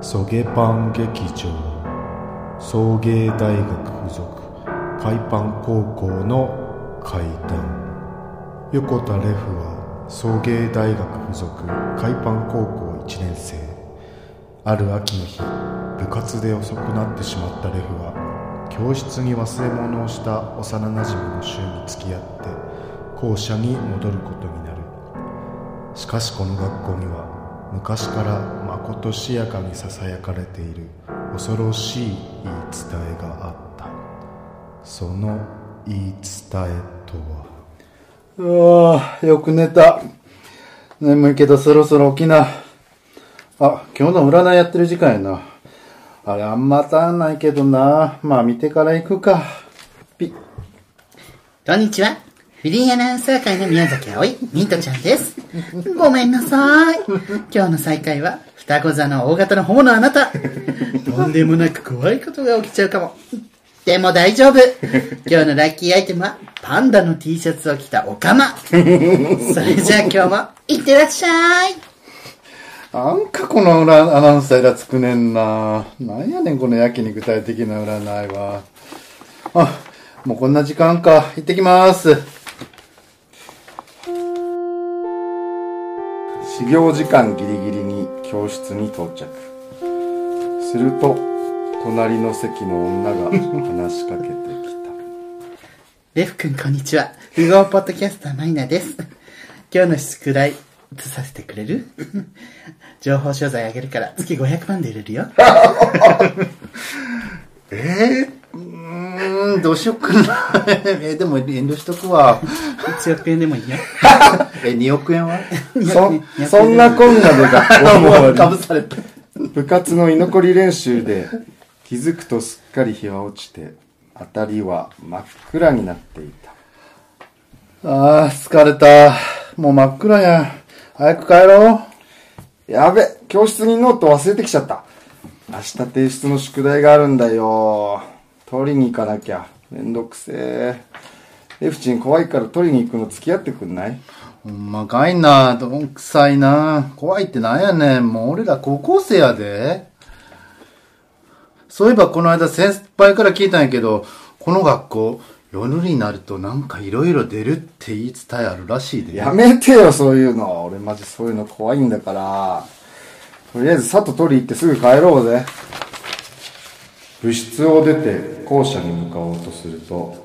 ソゲパン劇場送迎大学附属海パン高校の階段横田レフは送迎大学附属海パン高校1年生ある秋の日部活で遅くなってしまったレフは教室に忘れ物をした幼なじみの柊に付き合って校舎に戻ることになるしかしこの学校には昔からまことしやかにささやかれている恐ろしい言い伝えがあったその言い伝えとはうわあ、よく寝た。眠いけどそろそろ起きな。あ、今日の占いやってる時間やな。あれ、あんま当たんないけどな。まあ見てから行くか。ピッ。こんにちは。フリーアナウンサー会の宮崎葵、ミントちゃんです。ごめんなさい。今日の再会は、双子座の大型のホモのあなた。とんでもなく怖いことが起きちゃうかも。でも大丈夫。今日のラッキーアイテムは、パンダの T シャツを着たオカマ。それじゃあ今日も、いってらっしゃい。なんかこの裏アナウンサーイラつくねんな。なんやねん、このやけに具体的な占いは。あ、もうこんな時間か。行ってきます。始業時間ギリギリに教室に到着すると隣の席の女が話しかけてきレフ君こんにちは。富豪ポッドキャスターマイナです。今日の宿題、移させてくれる情報商材あげるから月500万で入れるよ。えー、うーん、どうしよっかな。 え、でも遠慮しとく わ。 1億円でもいいよ。え、2億円はたそそんなこんなで学校ももう終かわぶされた。り部活の居残り練習で気づくとすっかり日は落ちて辺りは真っ暗になっていたああ、疲れた。もう真っ暗やん。早く帰ろう。やべ教室にノート忘れてきちゃった明日提出の宿題があるんだよ取りに行かなきゃめんどくせえ F ちん怖いから取りに行くの付き合ってくんないほんまかいな。どんくさいな。怖いってなんやねん。もう俺ら高校生やで。そういえばこの間先輩から聞いたんやけど、この学校、夜になるとなんかいろいろ出るって言い伝えあるらしいで。やめてよ、そういうの。俺マジそういうの怖いんだから。とりあえず、さっと取り行ってすぐ帰ろうぜ。部室を出て校舎に向かおうとすると、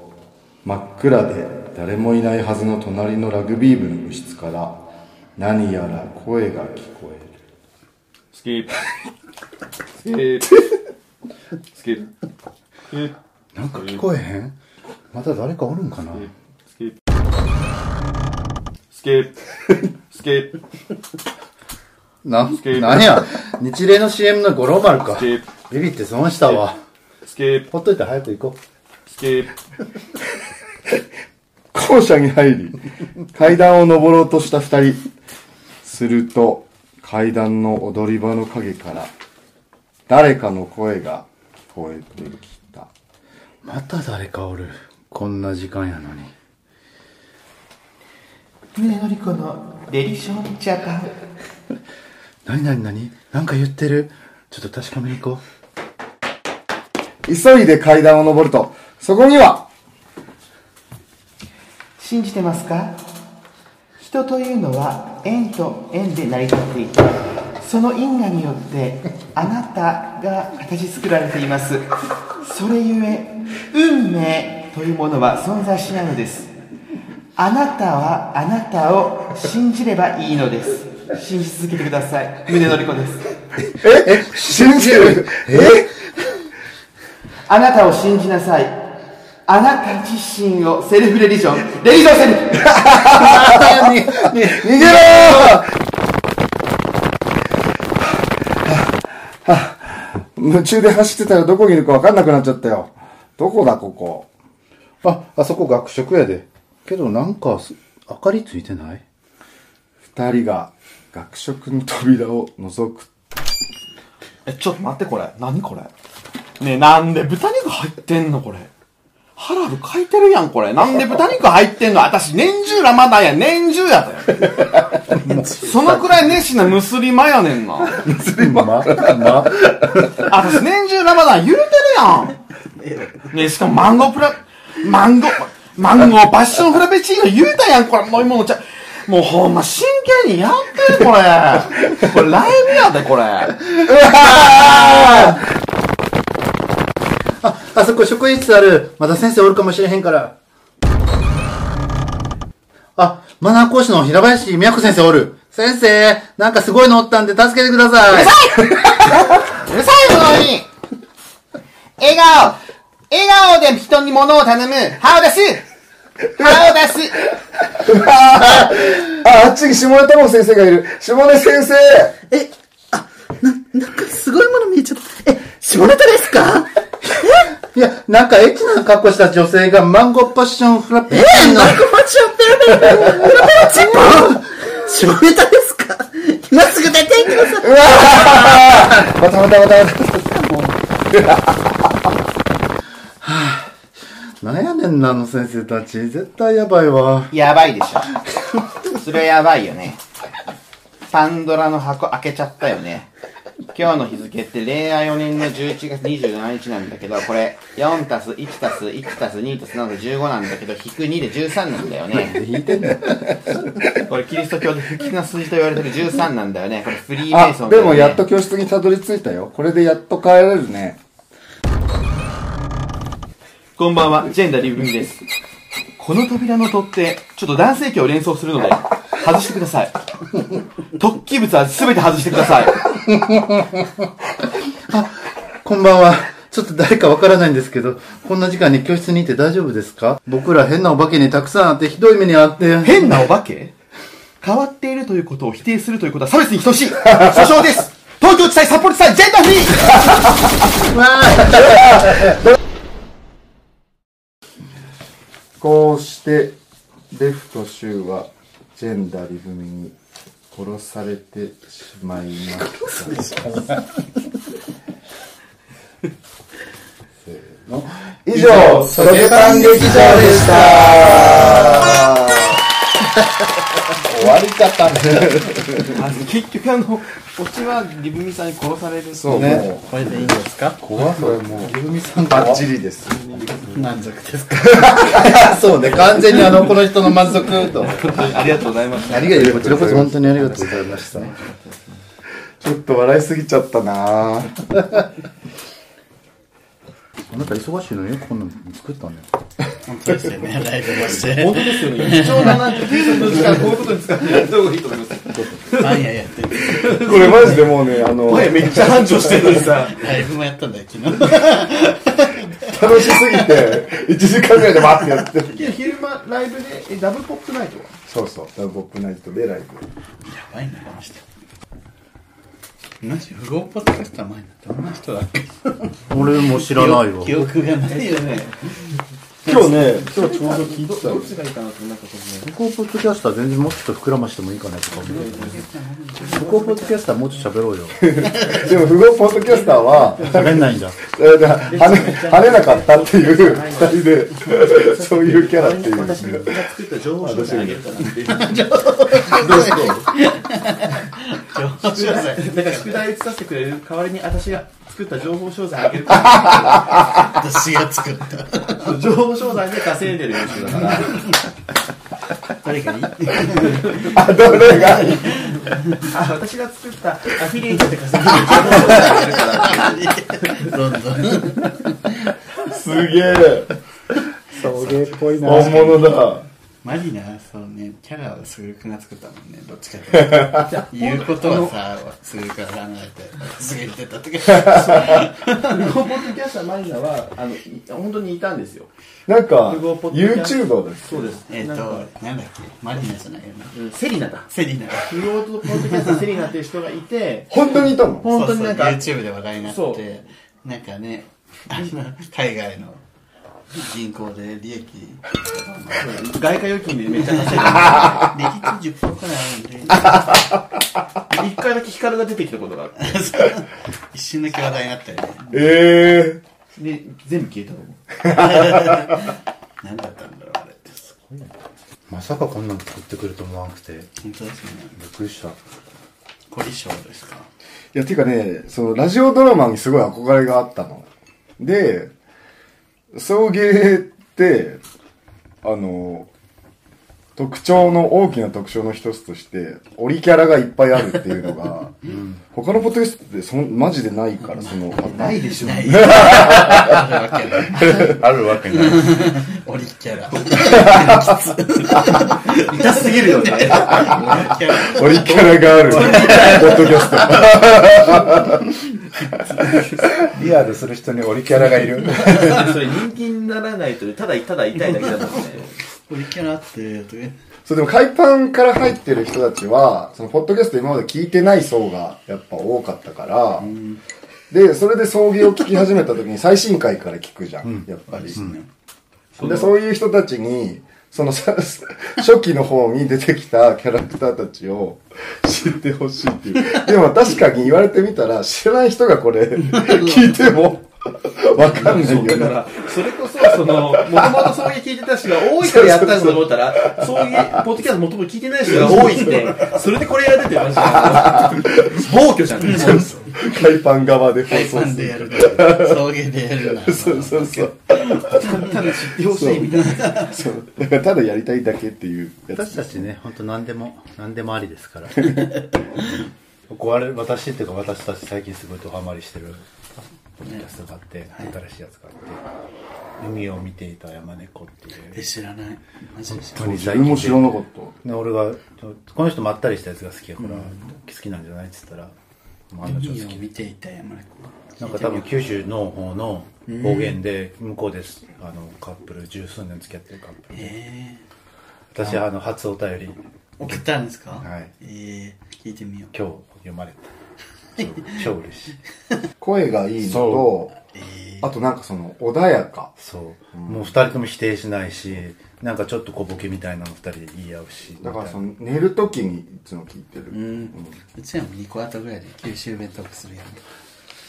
真っ暗で誰もいないはずの隣のラグビー部の部室から、何やら声が聞こえる。スキッ プ。スキップ。スキップ。スキップ。なんか聞こえへんまた誰かおるんかなスキップ。スキップ。スキップ。なケー、プなんや日例の CM の五郎丸かスケープ。ビビって損したわ。スキップ。ほっといて早く行こスキップ。校舎に入り、階段を登ろうとした二人。すると、階段の踊り場の影から、誰かの声が聞こえてきた。う。また誰かおる。こんな時間やのに。ねのりこのデリションジャパンなになになになんか言ってる。ちょっと確かめに行こ急いで階段を登ると、そこには、信じてますか人というのは縁と縁で成り立っていてその因果によってあなたが形作られていますそれゆえ運命というものは存在しないのですあなたはあなたを信じればいいのです信じ続けてください宗のりこですう。信じる えあなたを信じなさい。あなた自身をセルフレリジョン、レリジョンセルフ逃げろ夢中で走ってたらどこにいるかわかんなくなっちゃったよ。どこだ、ここ。あ、あそこ学食やで。けどなんかす、明かりついてない二人が学食の扉を覗く。え、ちょっと待ってこれ。何これ。ねえ、なんで豚肉入ってんのこれ。ハラル書いてるやん、これ。なんで豚肉入ってんの私、年中ラマダンや、年中やで。そのくらい熱心なムスリマやねんな。ま、ま、私、年中ラマダン言うてるやん。ねしかもマンゴープラ、マンゴー、マンゴーパッションフラペチーノ言うたやん、これ、飲み物ちゃう。もうほんま真剣にやってるこれ。これライブやで、これ。あそこ職員室ある。また先生おるかもしれへんから。あ、マナー講師の平林宮子先生おる。先生、なんかすごいのおったんで助けてください。うるさいものに笑顔笑顔で人に物を頼む歯を出す歯を出すあ、あっちに下根太郎先生がいる。下根先生え、あ、な、なんかすごいもの見えちゃった。え、下ネタですかいや、なんかエッチな格好した女性がマンゴーパッションフラッペチーえ、ノマグマチョンペラペラペラペラチップ下ネタですか今すぐ出て行きなさい。またまたまたまた。なんやねんな、あの先生たち。絶対やばいわ。やばいでしょ。それやばいよね。パンドラの箱開けちゃったよね。今日の日付って令和4年の11月27日なんだけど、これ4たす1たす1たす2たす7で15なんだけど、引く2で13なんだよね。引いてんこれキリスト教で不吉な数字と言われてる13なんだよね。これフリーメイソあ、ンだでよね。もやっと教室にたどり着いたよ。これでやっと帰れるね。こんばんは、ジェンダーリブミです。この扉の取っ手、ちょっと男性器を連想するので、外してください。突起物は全て外してください。こんばんは。ちょっと誰かわからないんですけど、こんな時間に教室にいて大丈夫ですか僕ら変なお化けにたくさんあって、ひどい目にあって。変なお化け変わっているということを否定するということは差別に等しい。訴訟です。東京地裁札幌地裁ジェンダーフリーこうして、レフとシューは、ジェンダーリブミに殺されてしまいました。せーの。以上、ソケパン劇場でした。終わり方ね。あ結局あの、オチはリブミさんに殺される。そうね。これでいいんですか怖それもう、ゆうみさんバッチリです。満足ですかそうね、完全にあの、この人の満足と。ありがとうございました。ありがとうこちらこそ本当にありがとうございました。ちょっと笑いすぎちゃったなぁ。なんか忙しいのによくこんなの作ったね。本当ですよね、ライブもして。本当ですよね。貴重ななんて、人生の時間こういうことに使ってやった方がいいと思います。パン屋やってる。これマジでもうね、あの、前めっちゃ繁盛してるのにさ。ライブもやったんだよ、昨日。楽しすぎて、1時間ぐらいでバーってやってる。昼間ライブで、え、ダブルポップナイトはそうそう、ダブポップナイトでライブ。怖いな、この人。マジ、不合ポッドキャストは前にどんな人だっけ俺も知らないわ記。憶がないよね。今日ね、今日ちょうど聞いてたよ。そこをポッドキャスター全然もうちょっと膨らましてもいいかなとか思う。そこをポッドキャスターもうちょっと喋ろうよ。でも、不合ポッドキャスターは、喋んないんだ。えーだ跳ね、跳ねなかったっていう、二人で、そういうキャラっていう。私が作った情報書あげるから。だから宿題移させてくれる代わりに私が作った情報商材あげるから私が作った。情報商材で稼いでるやつだから誰かにあ、 どれ がいいあ私が作ったアフィリエイトで稼いでるどんどん。すげえ。それっぽいな。本物だ。マリナはそうね、キャラをすぐくんが作ったもんね、どっちかというと。言うことはさ、すぐから考えて、すぐ言ってたってか。不合ポッドキャスターマリナはあのい本当にいたんですよなんか不合ポ、ッドキャスター YouTuber です。そうですえっと、なんだっけ、マリナじゃないよな。うんセリナだセリナ。不合ポッドキャスターセリナっていう人がいて本当にいたの本当になんかそうそう YouTube で話題になっそて、なんかね、あの、海外の銀行で利益、外貨預金でめっちゃ稼利い 益10%くらいでる 一回だけヒカルが出てきたことがあるあるんで、一瞬だけ話題になったよね。ええで、全部消えたと思う。何だったんだろうあれってすごいまさかこんなの作ってくると思わなくて。本当ですねびっくりした。い凝り性です かや、ていうかね、その、ラジオドラマにすごい憧れがあったの。で、送迎って、あの、特徴の、大きな特徴の一つとして、折りキャラがいっぱいあるっていう のが、他のポッドキャストってそん、マジでないから、その、ないでしょ。あるわけ ない。オリキャラ痛すぎるよね。折りキャラがある、ポッドキャスト。リアルする人にオリキャラがいる。 それ人気にならないという、ただただ痛いだけだもんね。オリキャラってどういうそうでも海パンから入ってる人たちはそのポッドキャスト今まで聞いてない層がやっぱ多かったから、でそれで送迎を聞き始めた時に 最新回から聞くじゃん、やっぱり、でそういう人たちにその さ初期の方に出てきたキャラクターたちを知ってほしいっていうでも確かに言われてみたら知らない人が これ聞いてもわかんないよだかねら、それこそ、その、もともとそういう聞いてた人が多いからやったんだと思ったら、そういう、ポッドキャストもともと聞いてない人が多いって、それでこれやるってマジで、暴挙じゃん。海パン側で放海パ送ンすでるやる な送迎でやるなそうそうそうただ知ってほしいみたいな。そうだからただやりたいだけっていうやつ私たちね、ほんと何でも、何でもありですから。 これ私っていうか私たち最近すごいドハマりしてるポッドキャストがあって、新しいやつがあって、海を見ていた山猫っていう。え知らないマジで知ら本当ないに自最近分でも知らなかったで俺が「この人まったりしたやつが好きやから、好きなんじゃない?」っつったら「もうあの人好海をき見ていた山猫」なんか多分九州の方の方言で向こうですあのカップル十数年付き合ってるカップルでえ私あの初お便りー、送ったんですかはいえー、聞いてみよう今日読まれた 超嬉しい声がいいのと、あとなんかその穏やか。そう、もう二人とも否定しないしなんかちょっと小ボケみたいなの二人で言い合うしだからそみの寝るときにいつも聞いてる。うちはもう2個後ぐらいで九州弁トークするよ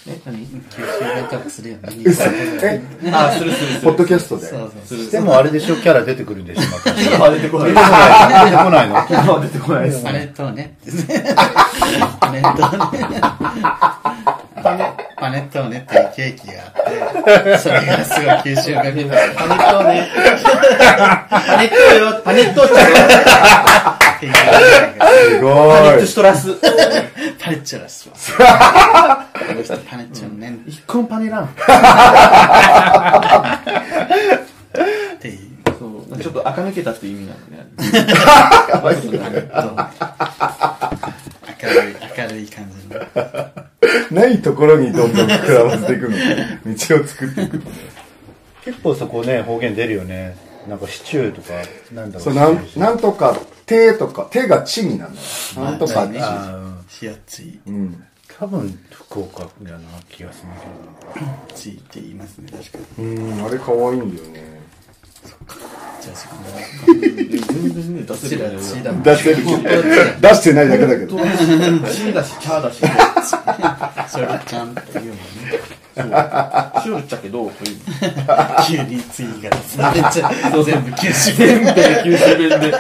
ねえ、何九州弁トーク するよね2個後ぐらいえあ、するするすポッる。ドキャストで。そうそうたいなでもあれでしょキャラ出てくるんでしょ また出てあ、出てこない。こないのあ、出てこない です。あれとね。パネットね。パネパネットねっていうケーキがあって、それがすごい九州弁みたいな。パネットね。パネットよ、パネットちゃっていうのがすごパネットい。シトラス。パネッチョらしいわ。この人パネッチョねっ一個もパネラン。ていう。そう、ちょっと垢抜けたって意味なの ね。明るい、明るい感じの。ないところにどんどん膨らませていくの。道を作っていく。結構そこね方言出るよねなんかシチューとかなんだろうそう、なんシチ、ューなんとか、手とか、手が地になるの。なんとか、ねあーしやつい、うん。多分福岡だな気がするんだけどついって言いますね、確かに。うん、あれ可愛いんだよね。じゃあ、そこも。全然ね、出チラチだ。出せるけど。出してないだけだけど。チだし、チャーだし、それちゃんと言うもんね。シュールっちゃけど、こういう。急についがされちゃう。全部九州弁。九州弁 で。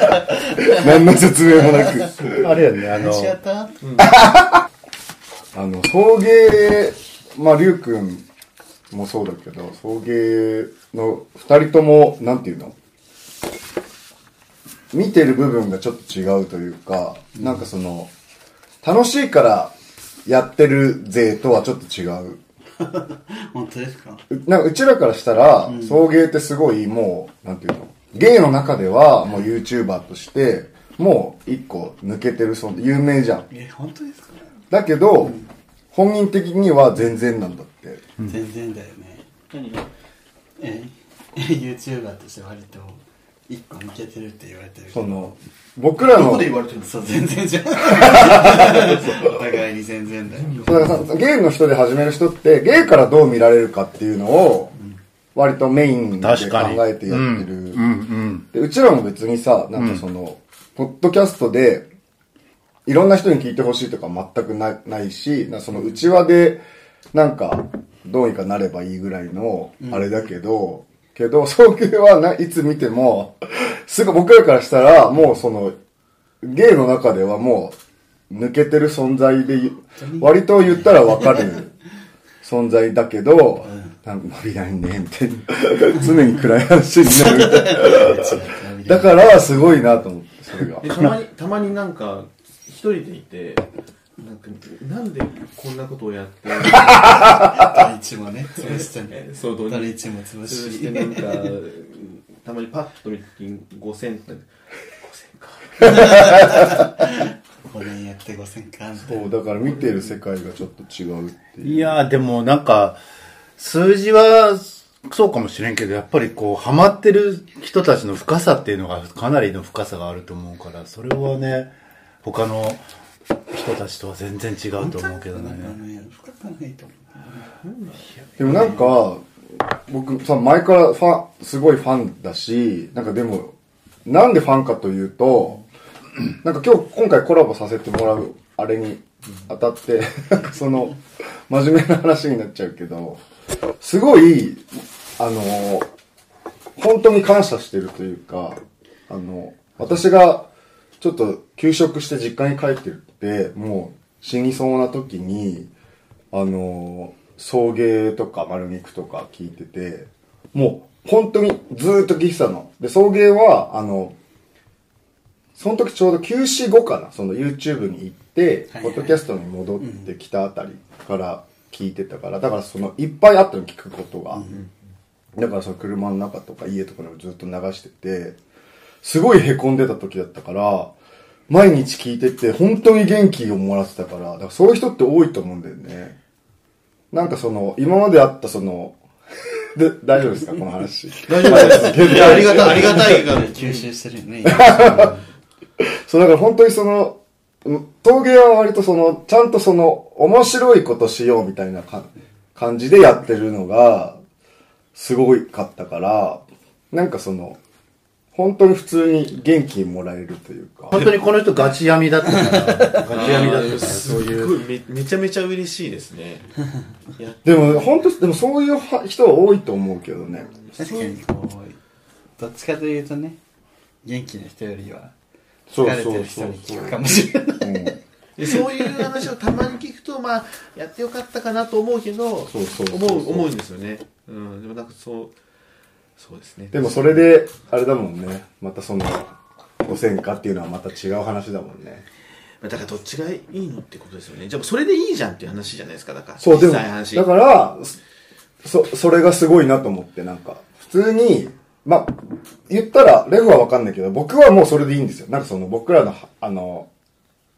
何の説明もなく。 あれやねあの違ったあの、送迎、まあ、りゅうくんもそうだけど、送迎の二人とも、なんていうの見てる部分がちょっと違うというか、なんかその、楽しいからやってる税とはちょっと違う。本当ですかうなんかうちらからしたら、送迎ってすごいもう、なんていうの芸の中ではもう YouTuber として、もう一個抜けてる存在、有名じゃん。え、本当ですか、だけど、本人的には全然なんだって。全然だよね。何え、え YouTuber として割と一個抜けてるって言われてる。その、僕らの、言われてるそう、全然じゃん。お互いに全然だよ。だ からさゲイの人で始める人って、ゲイからどう見られるかっていうのを、割とメインで考確かにえてやってる。でうちらも別にさ、なんかその、ポッドキャストで、いろんな人に聞いてほしいとか全くなないし、なその内輪で、なんか、どうにかなればいいぐらいの、あれだけど、けど、 送迎はないつ見ても、すぐ僕らからしたら、もうその、芸の中ではもう、抜けてる存在で、割と言ったらわかる存在だけど、なんか伸びないね、みたいな。 常に暗い話になる。だから、すごいなと思って、それ がで。たまにたまになんか一人でいてなんかなんでこんなことをやってる誰一もね、潰したね。そうどうに誰一も潰そししてなんかたまにパッと見た時に5000って5年やって5000か。そう、だから見てる世界がちょっと違うっていう。いやーでもなんか、数字はそうかもしれんけど、やっぱりこう、ハマってる人たちの深さっていうのが、かなりの深さがあると思うから、それはね、他の人たちとは全然違うと思うけどね。深くはないと思でもなんか、僕さ、前からファン、すごいファンだし、なんかでも、なんでファンかというと、 なんか今日、今回コラボさせてもらう、あれに当たって、 なんかその、真面目な話になっちゃうけど、すごい、あの、本当に感謝してるというか、あの、私が、ちょっと休職して実家に帰ってって、もう死にそうな時に、あの、送迎とか丸肉とか聞いてて、もう本当にずーっと聞いてたの。で、送迎は、あの、その時ちょうど休止後かな、その YouTube に行って、ポッドキャストに戻ってきたあたりから聞いてたから、だからそのいっぱいあったの聞くことが。だからその車の中とか家とかでもずっと流してて、すごい凹んでた時だったから、毎日聞いてて、本当に元気をもらってたから、だからそういう人って多いと思うんだよね。なんかその、今まであったその、 で、大丈夫ですかこの話。大丈夫です。う。いや、ありがたい、ありがたいが吸収してるよね。そう、だから本当にその、うん陶芸は割とその、ちゃんとその、面白いことしようみたいなか感じでやってるのが、すごいかったから、なんかその、本当に普通に元気もらえるというか。本当にこの人ガチ闇だった から、ガチ闇だったから、そういう。うめめちゃめちゃ嬉しいですねでも、本当、でもそういうは人は多いと思うけどね。確かにこう、どっちかというとね、元気な人よりは、そ疲れうそてうる人そうに。聞くかもしれない。でそういう話をたまに聞くとまあやってよかったかなと思うけどそうそうそう思う思うんですよねうんでもなんかそうそうですねでもそれで、あれだもんね。またその、汚染化っていうのはまた違う話だもんね。まあだからどっちがいいのってことですよねじゃあそれでいいじゃんっていう話じゃないですかだからそう、で実も、際話だから、そ、それがすごいなと思って、なんか、普通に、まあ、言ったら、レフはわかんないけど、僕はもうそれでいいんですよ。なんかその、僕らの、あの、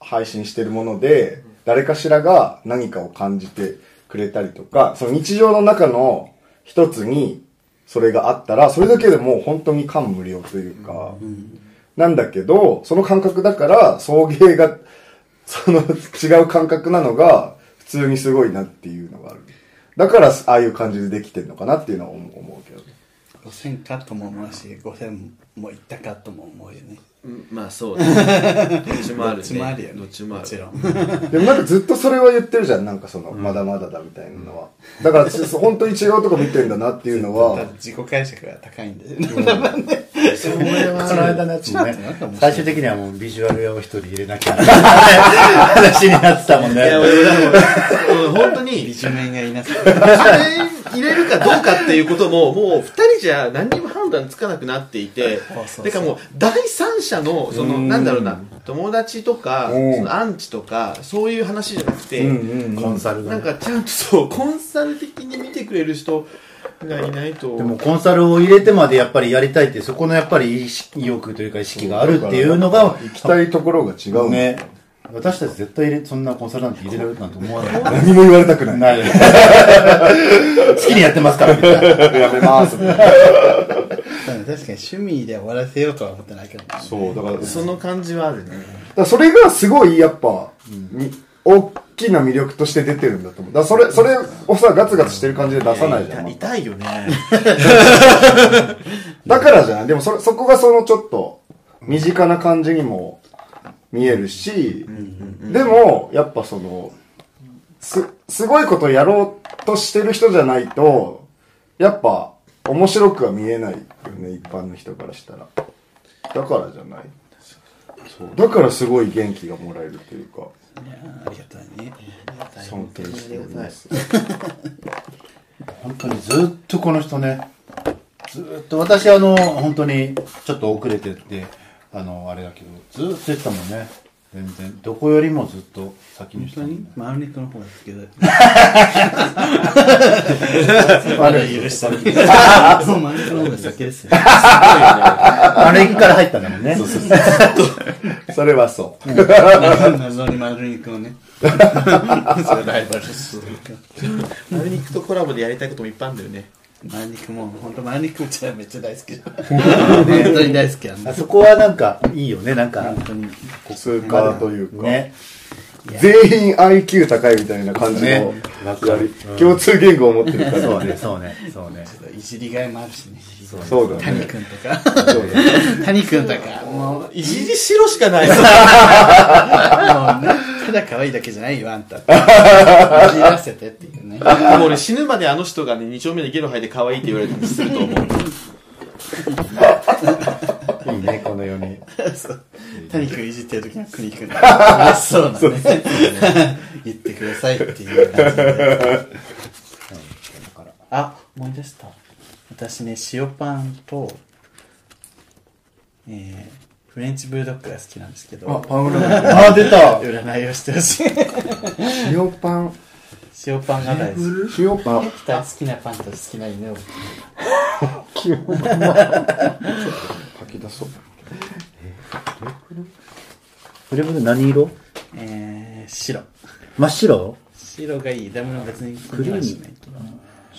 配信してるもので、誰かしらが何かを感じてくれたりとか、その日常の中の一つに、それがあったら、それだけでもう本当に感無量というか、なんだけど、その感覚だから、送迎が、 その違う感覚なのが、普通にすごいなっていうのがある。だから、ああいう感じでできてるのかなっていうのは思う思うけど。 5000かとも思うし、5000もいったかとも思うよね。うんまあそうですねどっちもあるねどっちもあるよね。どっちもあるちろん。でもなんかずっとそれは言ってるじゃん。なんかその、まだまだだみたいなのは。だから、 ち本当に違うとこ見てんだなっていうのたはだ、自己解釈が高いんで。この間のやつもね、最終的にはもうビジュアルを一人入れなきゃみたいな話になってたもんいやね。俺でもうん本当にイジメンが いなさそれ入れるかどうかっていうことも、もう二人じゃ何にも判断つかなくなっていてそうそ、うだからもう第三者の、その、なんだろうな、友達とか、うんそのアンチとか、そういう話じゃなくて、コンサルがなんね。かちゃんとそう、コンサル的に見てくれる人がいないと。でもコンサルを入れてまでやっぱりやりたいって、そこのやっぱり意識意欲というか意識があるっていうのが、行きたいところが違うね。ね、私たち絶対入れそんなコンサルなんて入れられるなんて思わない。 何も言われたくない。 ない好きにやってますからみたいな。 やめます。確かに趣味で終わらせようとは思ってないけどね。そう、だから、その感じはあるね。だからそれがすごいやっぱ、に大きな魅力として出てるんだと思う。だからそれ、それをさ、ガツガツしてる感じで出さないじゃん。痛いよ ね。だからじゃないでもそれ、そこがそのちょっと、身近な感じにも見えるし、でも、やっぱその、す、すごいことやろうとしてる人じゃないと、やっぱ、面白くは見えないよね、一般の人からしたら。だからじゃない。そう。だからすごい元気がもらえるというか、ありがたいね。尊敬しております。本当にずっとこの人ね、ずっと私あの、本当にちょっと遅れてって、あの、あれだけど、ずっと言ってたもんね。全然、どこよりもずっと先にし本たも当んねにマウネットの方ですけど。あれ、許した。そう、マウネットの方が先ですよ。あれから入ったんだもんね。それはそう。謎に丸肉をね。それライバル視してるか。丸肉とコラボでやりたいこともいっぱいあるんだよね。丸肉も、本当丸肉うちはめっちゃ大好きだ。本当に大好きなんあだ。そこはなんか、いいよね、なんか、本当に。通過というか、ね。全員 IQ 高いみたいな感じの、ねわかる共通言語を持ってるかそうね、そうね、そうね。いじりがいもあるしね。ら、そうだ谷ね。くんとか。谷くんとか。もう、いじりしろしかない。もうね、ただ可愛いだけじゃないよ、あ んたって。いじらせてっていうね。でも俺死ぬまであの人がね、2丁目でゲロ吐いて可愛いって言われたりすると思う。いいね、この世に。そう谷君いじってる時の国君が嬉しそうなね言ってくださいっていう感じであ思い出した私ね塩パンと、えー、フレンチブルドッグが好きなんですけどパン裏あー、出た占いをしてほしい塩パン、塩パンが大好き塩パン。た好きなパンと好きな犬を吐き出そう。フレブル何色えー、白真っ白白がいいでも別に気にはしないけど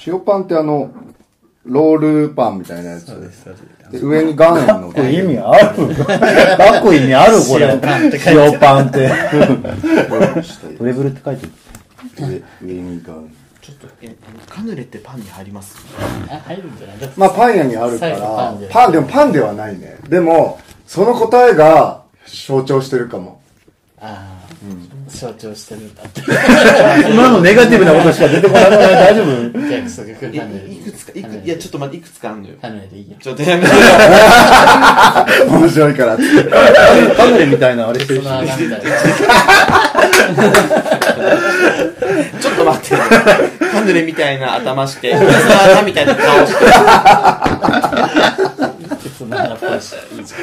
塩パンってあの、ロールパンみたいなやそうつ。ですそうですで上に岩塩の。これ意味あ るかっこ意味あるこれ塩パンって書いてある塩パン って下フレブルって書いてる上上に岩塩。ちょっと、え、カヌレってパンに入りますあ入るんじゃないだってまあパン屋にあるか最後パらンで、パンでもパンではないね。でも、その答えが象徴してるかも。 ああ、象徴してるんだって今のネガティブなことしか出てこなくない大丈夫約束くるいカヌレでいいいくつか、いカヌレく、でいや、ちょっと待って、いくつかあるのよ。カヌレでいいよちょっとやめて。面白いからっつって。 カヌレみたいなあれしてそるしの穴みたいなちょっと待って。カヌレみたいな頭して、その頭みたいな顔して。その穴っぽいしいいじ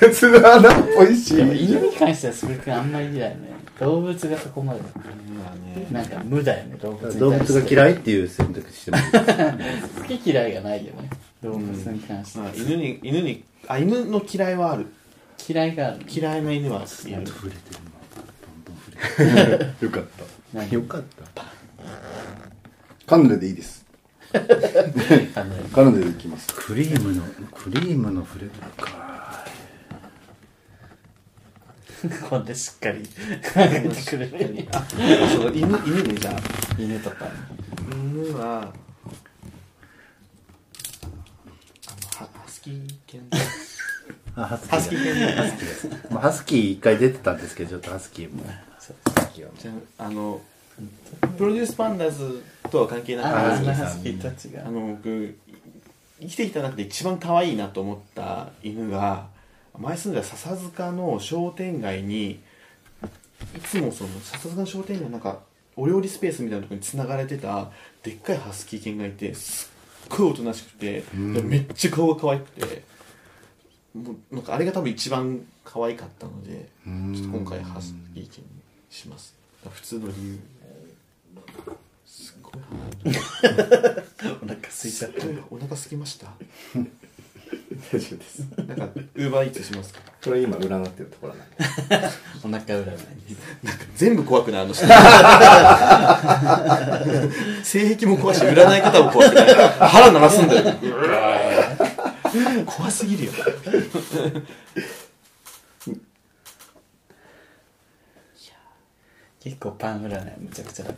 別の穴っぽいし。ゃん犬に関してはすごくあんまりだよね動物がそこまでなんか無だよね動物に対して動物が嫌いっていう選択しても好き嫌いがないよね動物に関してまあ犬に、犬に、あ、犬の嫌いはある。嫌いがある嫌いな犬はいる。よかった。よかったカヌレでいいです。カヌレでいきます。クリームのクリームのフレブルかここでしっかり考えてくれるその犬、犬でじゃあ。犬とか犬は、あの、ハハスキー犬あハスキハスキーー犬だだまあハスキー一回出てたんですけどちょっとハスキーもじゃあ、あの、プロデュースパンダーズとは関係なくあハあスキーのハスキーたちがあの僕生きてきた中で一番可愛いなと思った犬が前住んでた笹塚の商店街にいつもその笹塚の商店街のなんかお料理スペースみたいなところに繋がれてたでっかいハスキー犬がいてすっごいおとなしくて、でめっちゃ顔が可愛くてもうなんかあれが多分一番可愛かったのでちょっと今回ハスキー犬にします普通の理由すっごいお腹空いちゃっお腹すきました。大丈夫です。なんか、ウーバーイーツしますかこれ今占ってるところなんで。たお腹占いです全部怖くないあの人。性癖も怖いし、占い方も怖くない。腹鳴らすんだよ。怖すぎるよ。結構パン占いむちゃくちゃだか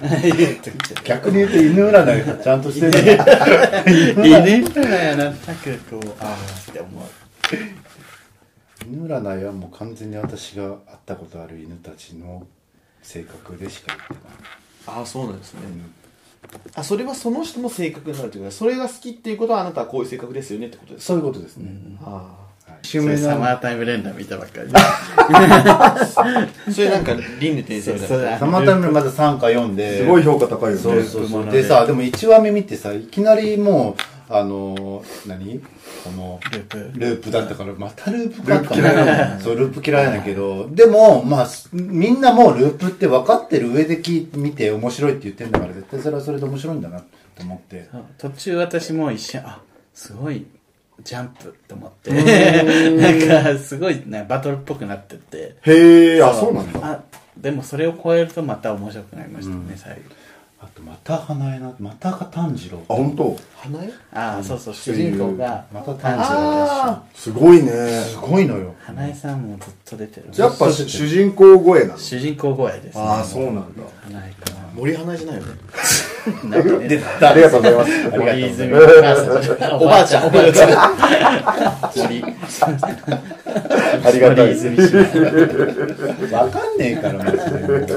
らね 言っとくけど逆に言うと犬占いがちゃんとしてる犬占いはなんとなくこうああって思う犬占いはもう完全に私が会ったことある犬たちの性格でしか言ってないああそうなんですね、あそれはその人の性格になるというかそれが好きっていうことはあなたはこういう性格ですよねってことですそういうことですね、あ襲そ名れサなマータイム連打見たばっかりあそれなんか輪廻転生みたいなたまたままだ3か4で。すごい評価高いよね。そうそうそう。でさ、でも1話目見てさ、いきなりもう、あのー、何この、ループ。だったから、またループかとかそう、ループ嫌いだけど、でも、まあ、みんなもうループって分かってる上で聞い見て面白いって言ってんだから、絶対それはそれで面白いんだなと思って。途中私もう一瞬あすごいジャンプと思って なんかすごいねバトルっぽくなっててへえ、あ、そうなんだ。あでもそれを超えるとまた面白くなりましたね、最後あと、また花江な、またが炭治郎。あ、本当。花江ああ、そうそう主人公がまた炭治郎だすごいね。し。すごいのよ。花江さんもずっと出てるやっぱ主人公声なの。主人公声です、ね、ああ、そうなんだ。花江か森花江じゃないよねななんかねありがとうございます。 森泉お母さんおばあちゃんおばあちゃん森ありがたい森。泉市わかんねえから、マジで。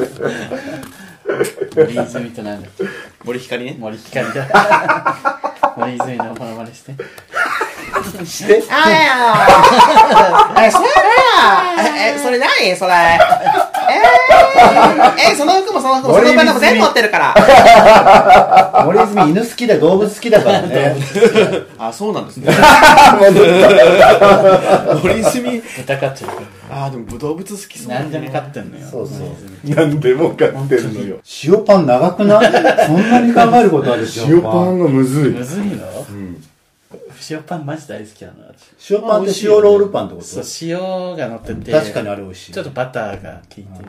森泉となんだっけ森光ね森光だ森泉のモノマネしてえ、それえ、えそれ何それ。えー、え、その服もその服もそのパンダも全部持ってるから。森泉犬好きだ、動物好きだからね。あそうな んですね森泉戦っちゃったああでも動物好きそう何でも勝ってんのよそうそう。なんでも買ってるのよ。塩パン長くないそんなに考えることある塩パンがむずいむ。ずいの塩パンマジ大好きなの私塩パンって塩ロールパンってこそうと塩が乗ってて確かにあれ美味しい。ちょっとバターが効いてるや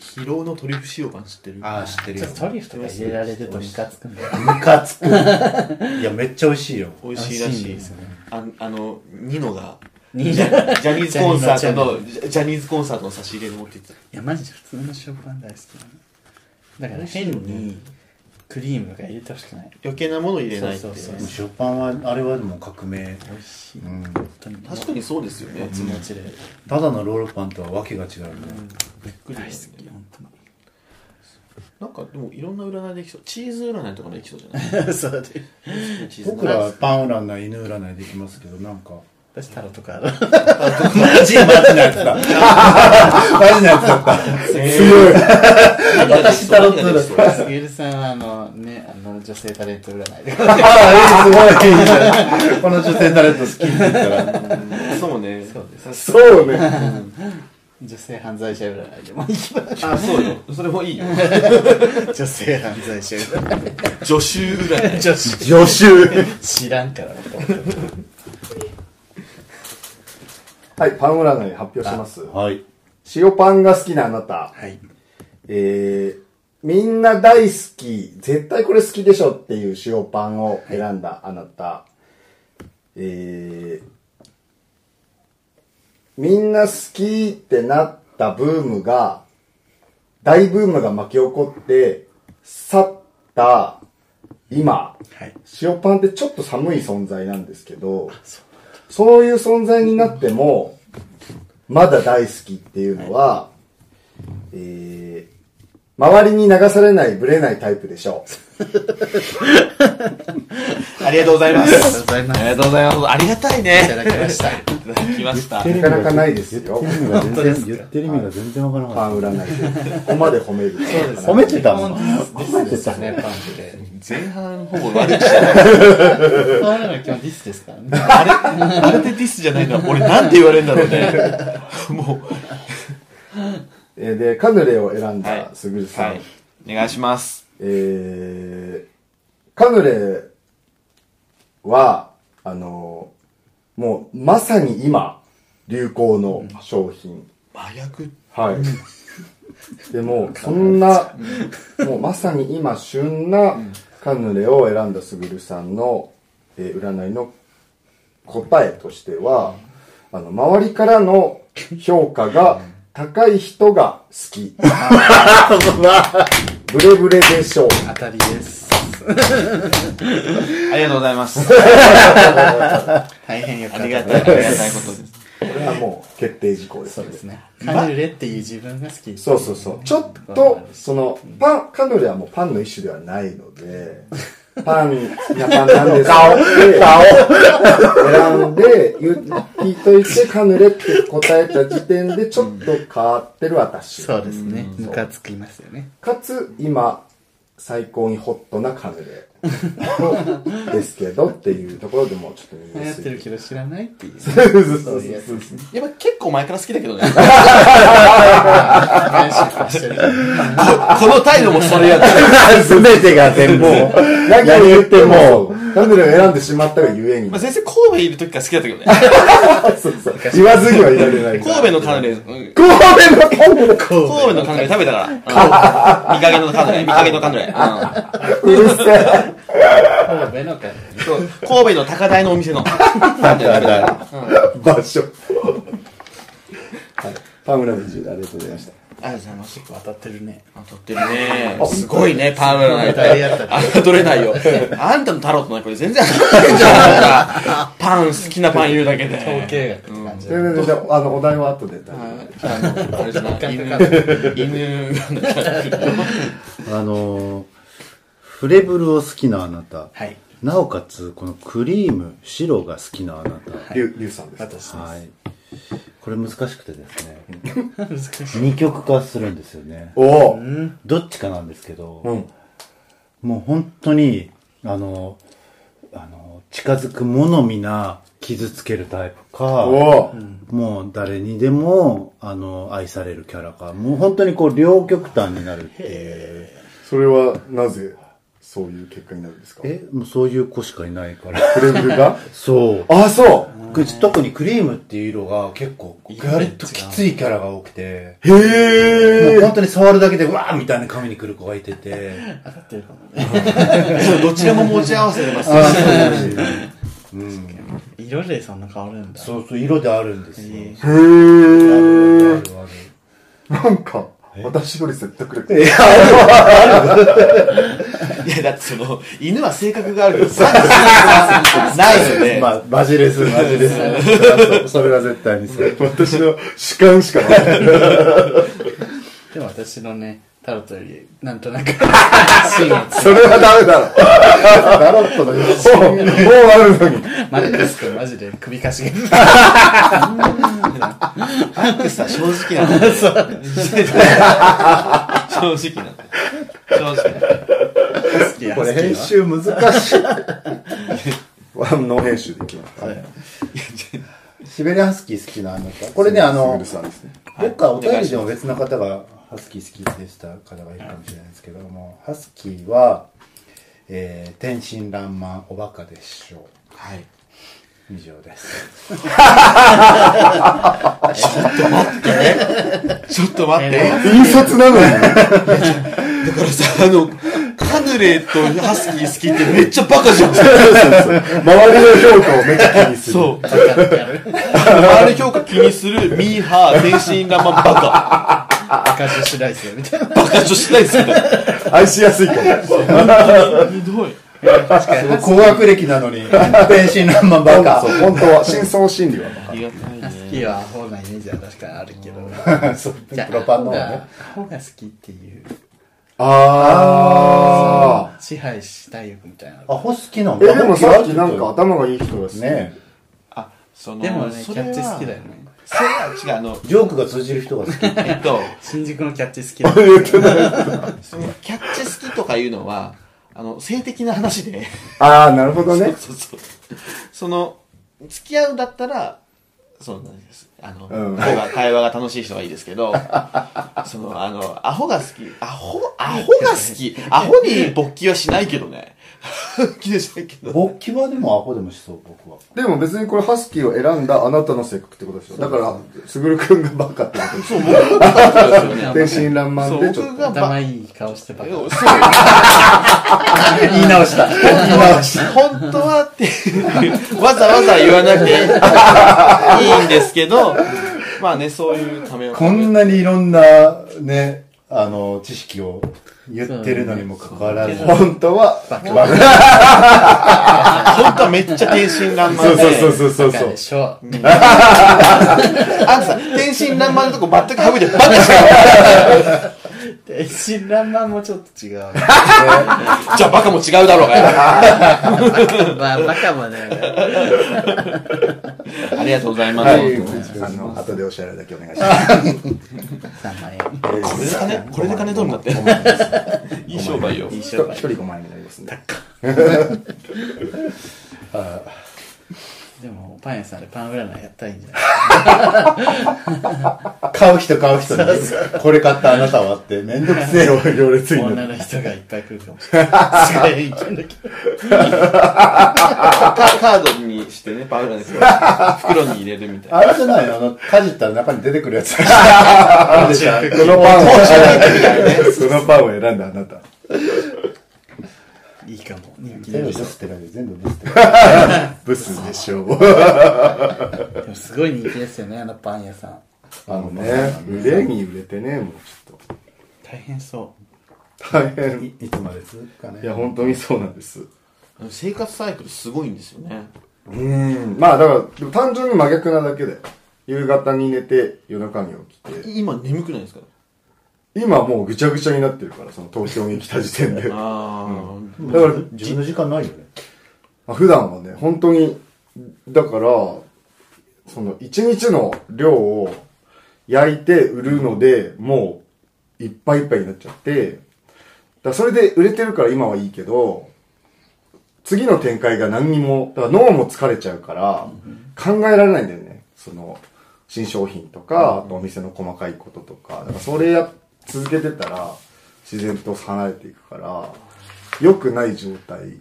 疲労のトリュフ塩感知ってるああ、知ってるつちょよっ。とトリュフとか入れられるとムカつくんだよムカつく。いや、めっちゃ美味しいよ。美味しいら美味ししいいんですよねああのニノがニノジャジャニーズコンサートジャニーのジャジャニーズコンサートの差し入れで持って行ってたいやマジで普通の塩パン大好きなのだから変にクリームが入れてほしくない余計なもの入れないってそうそうそう塩パンは、あれはもう革命。美味しいうん。確かにそうですよねもちもちでただのロールパンとはわけが違うね。びっくり大です好き本なんかでもいろんな占いできそうチーズ占いとかできそうじゃない当に そうでチーズ占い僕らはパン占い、犬占いできますけど、なんか。私タロとかあるマジ、マジなやつだ。マジなやつだった。強い。私タロットだったすぎるさんはあのねあの女性タレント占いで ああ、いい、すごい。いいこの女性タレント好きって言ったら。そうもねそうですそうね。女性犯罪者占いでもいいけどあそうよそれもいいよ女性犯罪者占い女衆占い女子助手。 知らんからはい、パン占い発表します。はい。塩パンが好きなあなた。はいえー、みんな大好き、絶対これ好きでしょっていう塩パンを選んだあなた。えー、みんな好きってなったブームが、大ブームが巻き起こって、去った今、はい塩パンってちょっと寒い存在なんですけど、そういう存在になっても、まだ大好きっていうのは、えー、周りに流されない、ブレないタイプでしょありがとうございまあすりがとうございますありがとうございますありがたいいたねだきましたいただきましたう。なかなかないですよ。全然言ってる意味が全然わからなパン占いで。ここまで褒める。そうで褒めてたもん。ですねパンチで前半ほぼ悪口そういうのが基本ディスですから ねあれ、あれでディスじゃないのは俺なんて言われるんだろうね。もえーで、カヌレを選んう。だすぐるさん。はい。お願いします。えー、カヌレは、あのーもうまさに今、流行の商品。麻薬はい。でも、そんな、もうまさに今、旬なカヌレを選んだすぐるさんの、えー占いの答えとしては、あの、周りからの評価が高い人が好き。ブレブレでしょう。当たりですありがとうございます。大変よかあったりがたい、ありがたいことです。これはもう決定事項ですそうですね。カヌレっていう自分が好き。そうそうそう。ちょっと、その、パン、カヌレはもうパンの一種ではないので、パンなパンなんです顔選んで、言聞いといて、カヌレって答えた時点で、ちょっと変わってる私。そうですね。ムカつきますよね。かつ、今、最高にホットなカヌレですけどっていうところでもうちょっと見流や行っす い。てるけど知らないっていう。そうそうそうそうやっぱ結構前から好きだけどね。感触化してる。 この態度もそれやった。すべてが全部。 何を言っても、カヌレを選んでしまったがゆえにまあ、。先生神戸いる時から好きだったけどね。そうそう言わずにはいられないから。神戸のカヌレ、うん神戸のカヌレ神戸のカヌレ食べたから。うん見かけのカヌレ、見かけのカヌレ。うんうるせえ。神戸のカヌそう神戸の高台のお店の。場所。はい。パムラビジューありがとうございました。ありがとうございます。結構当たってるね。当たってるね。すごいね、パームライト。当た取れないよ。あんたのタロットのこれ全然当たってんじゃん。パン、好きなパン言うだけで。統計学って感じで。ででじゃあ、あの、お題は後で。あれじゃない犬、犬なんだっあのー、フレブルを好きなあなた。はい。なおかつ、このクリーム、白が好きなあなりゅう、りゅうさんです。た。はい。これ難しくてですね。難しい。二極化するんですよね。おお。どっちかなんですけど、うん。もう本当に、あの、あの、近づくものみな傷つけるタイプか、おお。もう誰にでも、あの、愛されるキャラか、もう本当にこう、両極端になるっていう。それはなぜ、そういう結果になるんですかえ、もうそういう子しかいないから。 フレブルがそう。あ、そく特にクリームっていう色が結構、割ときついキャラが多くて、うへえ。もう本当に触るだけで、わーみたいな髪に来る子がいてて、けどちらも持ち合わせてます。色でそんな変わるんだ。そうそう、色であるんですよ。へえ。あるあるなんか、私より説得力。えいや、だってその、犬は性格があるけど、パンの性格はないよね。まあ、マジレス、マジレス。それは絶対にそう。私の主観しかない。でも私のね、タロットより、なんとなく、芯をつそれはダメだろ。タロットの予想。もうあるのに。マルクス君マジで首かしげる。さ、正直なんだよ。正直なんだよ。正直なんだよ。これ編集難しい。ワンノー編集でいきます。はい。シベリアンハスキー好きなあなた。これね、あの、さんですね。僕はお便りでも別の方が、ハスキー好きでした方がいるかもしれないですけども、ハスキーは、えー、天真爛漫おバカでしょう。はい。以上です。ちょっと待って。印刷なのに。だからさ、あの、カヌレとハスキー好きってめっちゃバカじゃん。周りの評価をめっちゃ気にする。そう。周り評価気にする、ミーハー、天真爛漫バカ。赤字しないですよ、みたいな。バカ女子大好きだ。愛しやすいかも。ひどい。高学歴なのに、天真爛漫バカ。そう、本当は、真相心理はありがたいね。いいわ、アホなイメージは確かにあるけど。そう プじゃあロパンの方がね。アホがアホが好きっていう、あ支配したい欲みたいな。アホ好きなのえ、でもさっきなんか頭がいい人がね。ねあ、その、でもね、キそャれはッチ好きだよ。ね。それは違う、あの、ジョークが通じる人が好き。えっと、新宿のキャッチ好きだよね。そのキャッチ好きとかいうのは、あの、性的な話で。ああ、なるほどね。 そうそう。その、付き合うんだったら、そうなんです。あの、うん会話、会話が楽しい人がいいですけど、その、あの、アホが好き、アホ、アホが好き、アホに勃起はしないけどね。勃起はしないけど。勃起はでもアホでもしそう、僕は。でも別にこれハスキーを選んだあなたの性格ってことでしょ。だから、すぐるくんがバカってことでしょ。天真爛そ漫う、でちょっ僕がバ頭いい顔してばっかそう、言い直した。本当はっていう、わざわざ言わなくていいんですけど、まあね、そういうためを。こんなにいろんな、ね、あの、知識を言ってるのにもかかわらず、本当は、本当はめっちゃ天真爛漫そでうそうそうそうそう。でしょう。あんたさ天真爛漫のとこ全く省いてバカし天真爛漫もちょっと違う。 かじゃあバカも違うだろう がまあ、バカもね。ありがとうございます、はい。あの、後でお支払いだけお願いします。 3万円。これこれで金これで金取るんだっていい商売よいい一商売。人5万円になります ね。でも、パン屋さんでパン占いやったらいいんじゃない買う人買う人に、これ買ったあなたはって、めんどくせえよ、行列にな女る。の人がいっぱい来るかもしれない。すごい行くんだけど。カカードにしてねパウラですよ袋に入れるみたいなあれじゃないのあの、かじったら中に出てくるやつ。このあ、じゃあ、パンを選んだ。そのパンを選んだあなた。いいかも。人気出全部るブでしょスってないで、全部ブスってない。ブスでしょう。でもすごい人気ですよね、あのパン屋さん。あのね、売れに売れてね、もうちょっと。大変そ大変。いつまで続くかねい。や、本当にそうなんです。生活サイクルすごいんですよねうん。まあ、だから、でも単純に真逆なだけで。夕方に寝て、夜中に起きて。今眠くないですか今もうぐちゃぐちゃになってるから、その東京に来た時点 で。だかああ、ら、自分の時間ないよね。まあ普段はね、本当に、だから、その一日の量を焼いて売るので、もういっぱいいっぱいになっちゃって、だからそれで売れてるから今はいいけど、次の展開が何にも、だから脳も疲れちゃうから、考えられないんだよね。その、新商品とか、あとお店の細かいこととか、だからそれや、続けてたら、自然と離れていくから、良くない状態。う。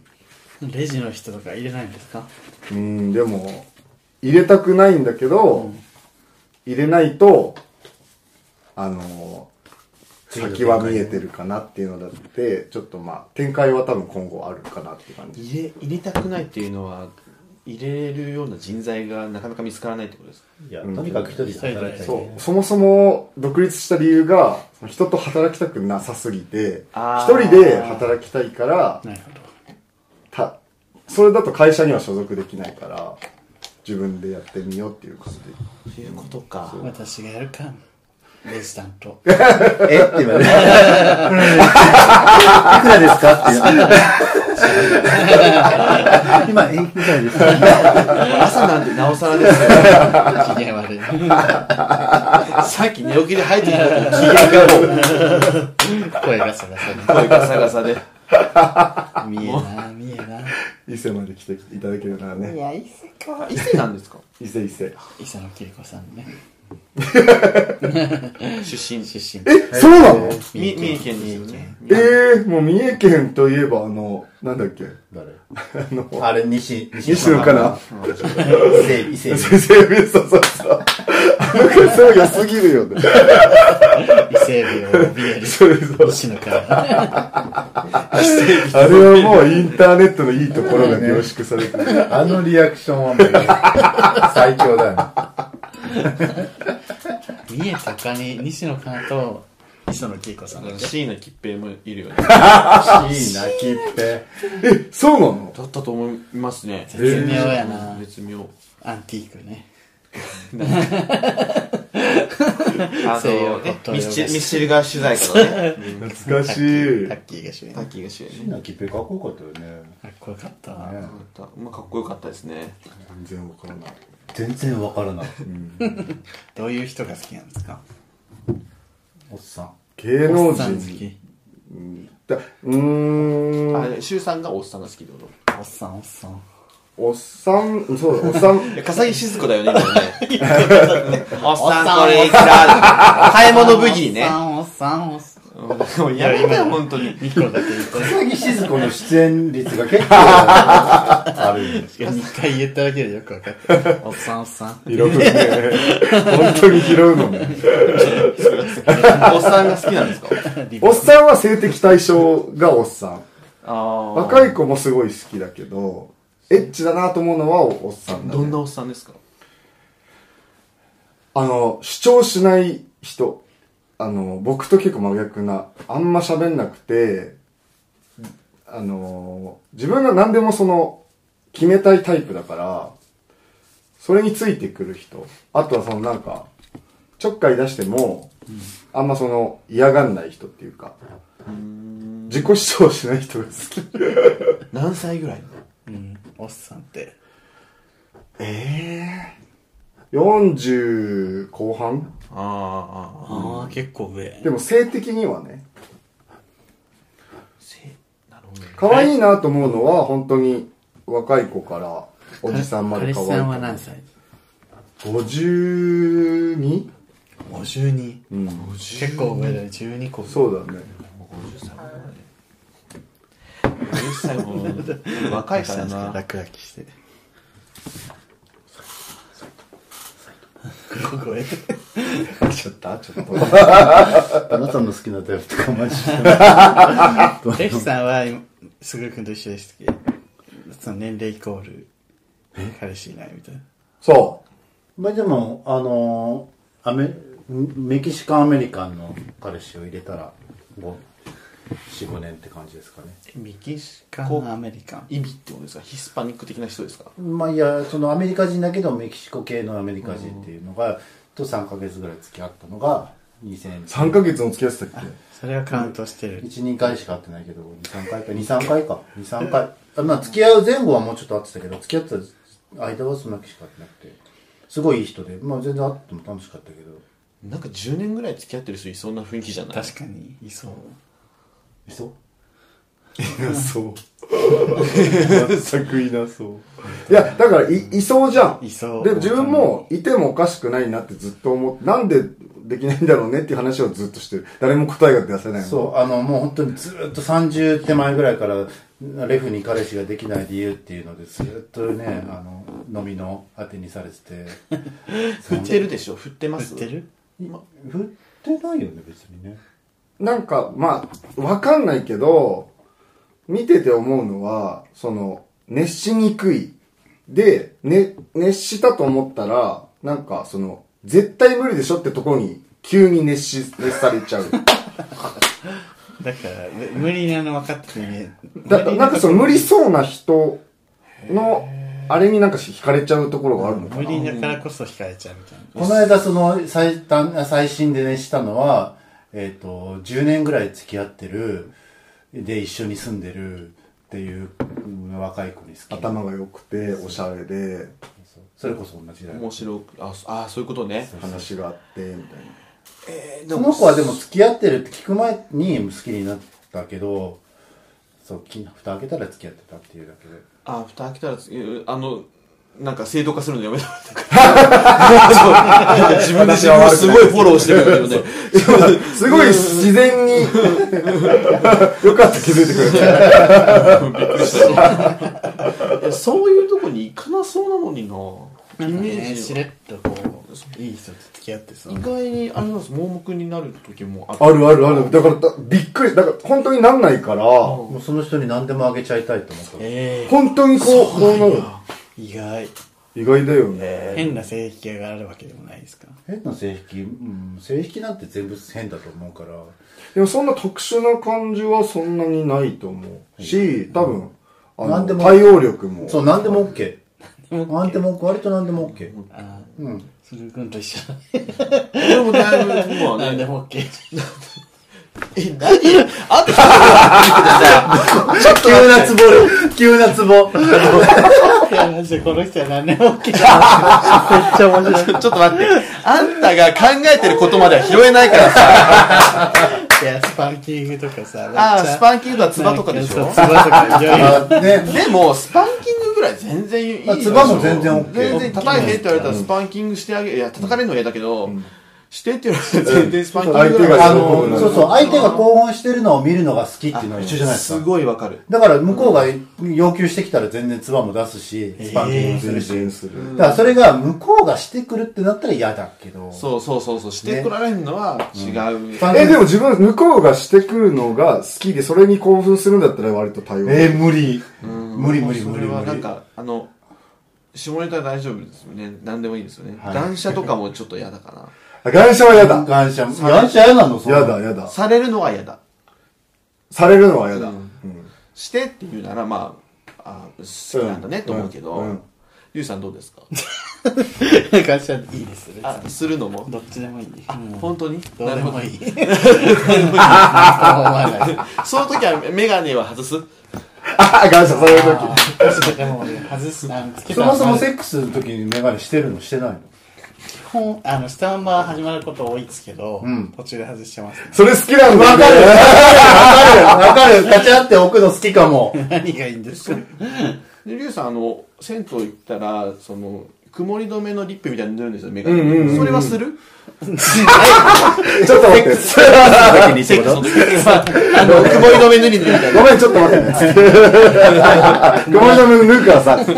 レジの人とか入れないんですかうん、でも、入れたくないんだけど、入れないと、あのー、先は見えてるかなっていうのだって、ちょっとまあ、展開は多分今後あるかなって感じ。入れ入れたくないっていうのは入れるような人材がなかなか見つからないってことですかいや、とにかく一人で働いたいそう、そもそも独立した理由が、人と働きたくなさすぎて、あ一ー人で働きたいから、なるほど。た、それだと会社には所属できないから、自分でやってみようっていう感じ。そういうことか私がやるか。レジ担当。えって言われて。いくらですかって言う今、いくらですか朝なんてなおさらですよ機嫌悪い。 さっき寝起きで入ってきた時に声がそらそ声ガサガサでら。見えな、見えな。伊勢まで来ていただけるならね。あ伊勢なんですか伊勢伊勢。伊佐野恵子さんね。出身出身。え、そうなの三重三重県ですよねええもう三重県といえばあの、なんだっ けあれ、西、西野かな伊勢、伊勢。先生、そうそうそう。あの子そう良すぎるよね。伊勢海老を怯える。西野から。 あれはもうインターネットのいいところが凝縮されてる。 あのリアクションはも う、最強だよね。三重とかに西野からと磯野恵子さんだけ。椎名桔平もいるよねいいな、きっぺ。え、そうなのだったと思いますね絶妙やな。絶妙アンティークね。西洋あのねとミッチミッシェルが取材からね懐かしいタ。ッキーが主演。タかッキーが主演ねいいな、きっぺかっこよかったよね。っこよかったな。よかったまあかっこよかったですね全然わからない。全然わからない。どういう人が好きなんですかおっさん。芸お能っさん好人。き。だうーん。あシュウさんがおっさんが好きってことおっさんおっさん。おっさん、そうだ、おっさん。いや笠木静子だよ ね、今ね。おっさんこれいくら買い物ブギーね。おっさんおっさんおっもうやめてよ、本当に。さん。2個だけ言っ笠木静子の出演率が 結構あるんですた。2回言っただけでよくわかった。おっさんおっさん。拾うね。 本当に拾うのね。 おっさんが好きなんですかおっさんは性的対象がおっさん。ああ。若い子もすごい好きだけど、エッチだなと思うのはおっさんだ、ね。どんなおっさんですかあの、主張しない人。あの、僕と結構真逆な、あんま喋んなくて、あの、自分が何でもその、決めたいタイプだから、それについてくる人、あとはそのなんか、ちょっかい出しても、あんまその、嫌がんない人っていうか、自己主張しない人が好き。何歳ぐらいのうん、おっさんって。ええ40後半ああ、ああ、結構上。でも性的にはね、せなるほどね。可愛いなと思うのは本当に若い子からおじさんまで可彼愛い氏さんは何歳 ?52? 52。うん。結構上だよ、12個。そうだね。 50歳も若い からな。落書きして。 ここへ。ちょっと、ちょっと。あなたの好きなタイプとかマジで。レフさんは、すぐくんと一緒でしたっけその年齢イコール、彼氏いないみたいな。そまあでも、あのーアメ、メキシカンアメリカンの彼氏を入れたら、5、4、5年って感じですかね。メキシカンアメリカン。意味ってことですかヒスパニック的な人ですかまあいや、そのアメリカ人だけどメキシコ系のアメリカ人っていうのが、と3ヶ月ぐらい付き合ったのが、2000う。3ヶ月の付き合ってたっそれはカウントしてる。 1、2回しか会ってないけど、2、3回か、2、3回か、2、3回。あまあ付き合う前後はもうちょっと会ってたけど、付き合ってた間はそんなしか会ってなくて、すごいいい人で、まあ全然会っても楽しかったけど、なんか10年ぐらい付き合ってる人いそうな雰囲気じゃない確かに、いそう。いそうけそう。全くいなそう。いや、だからい、いそうじゃん。いそうで、自分もいてもおかしくないなってずっと思って、なんでできないんだろうねっていう話をずっとしてる。誰も答えが出せない。そう、あの、もう本当にずっと30手前ぐらいから、レフに彼氏ができない理由っていうので、ずっとね、あの、飲みの当てにされてて。振ってるでしょ振ってます知ってる振ってないよね、別にね。なんか、まあ、わかんないけど、見てて思うのは、その、熱しにくい。で、ね、熱したと思ったら、なんか、その、絶対無理でしょってところに、急に熱し、熱されちゃ う。だから、む無理なの分かってね。だから、なんかその無理そうな人の、あれになんか惹かれちゃうところがあるのか無な。理だからこそ惹かれちゃうみたいな。この間、その、最短、最新でね、したのは、えっ、と、10年ぐらい付き合ってる、で、一緒に住んでるっていう、うん若い子に好き。頭が良くて、おしゃれで、それこそ同じだよ。面白くあそあそういうことね話があって、みたいな。その子はでも付き合ってるって聞く前に好きになったけど、そう、き蓋開けたら付き合ってたっていうだけで。あ蓋開けたらつうあのなんか正当化するのやめた自分で自分をすごいフォローしてるんだよねすごい自 然に、よかった気づいてくれて。びっくりしたいや そういうとこに行かなそうなのにななイんかメね、ーしジれがっとこう、いい人と付き合ってそう意。外にあれなんです盲目になる時もああるあるある。だから、だびっくり。だから、本当になんないから、もうその人に何でもあげちゃいたいと思った。え本当にこう、こうなる。え意外。意外だよね。変な性癖があるわけでもないですか。変な性癖、うん、性癖なんて全部変だと思うから、でもそんな特殊な感じはそんなにないと思うし、多分、あなんでの、も対応力も。そう、何でも OK。何でも OK。割と何でも OK。ああ、うん。すぐくんと一緒だね。でもだいぶまあなんでねも OK。 え何あんた急なツボ急なツボいや、マジでこの人は何でも OK だ。ちょっと待ってあんたが考えてることまでは拾えないからさいや、スパンキングとかさ、 あースパンキングとかキツバとかでしょツバとか、い ろいろ。ね。でも、スパンキングぐらい全然いいまあよ。ツバも全然 OK 全然叩いてって言われたらスパンキングしてあげる。いや、叩かれるのは嫌だけど、してって言われたら全然スパンキング相手があ喜ぶの、なそうそう、相手が興奮してるのを見るのが好きっていうのは一緒じゃないですすか。ごいわかる。だから向こうが要求してきたら全然ツバも出すし、スパンキングす全るし。然する。だからそれが向こうがしてくるってなったら嫌だけど。そうそうそうそう。してこられるのは違う。え、でも自分、向こうがしてくるのが好きで、それに興奮するんだったら割と対応。えー、無理。無理無理そ無れ理は無なん理。か、あの、下ネタ大丈夫ですよね。何でもいいですよね。断捨とかもちょっと嫌だか岩礁は嫌だ。岩礁。され岩礁嫌なのそんな嫌だ、嫌だ。されるのは嫌だされるのは嫌だ。してっていうならまああ好きなんだねと思うけど、うんうんゆうさんどうですか 感謝いいですね。あするのもどっちでもいいね。うん本当にどうでもいい。なる ほどその時はメガネは外すあ、岩礁される時。でも俺外すなんつけそたらもそもセックスの時にメガネしてるのしてないの基本、あの、スタンバー始まること多いですけど、途中で外してます、ね。それ好きなんだよね。わかるガチャって置くの好きかも。 何がいいんです かでリュウさんあの銭湯行ったらその曇り止めのリップみたいに塗るんですよメガネ、それはす るちょっと待って。セックスの 時あの曇り止め塗り塗りみたいな ごめん、ちょっと待ってね。ごめん、ごめん、抜くからさ。 オッ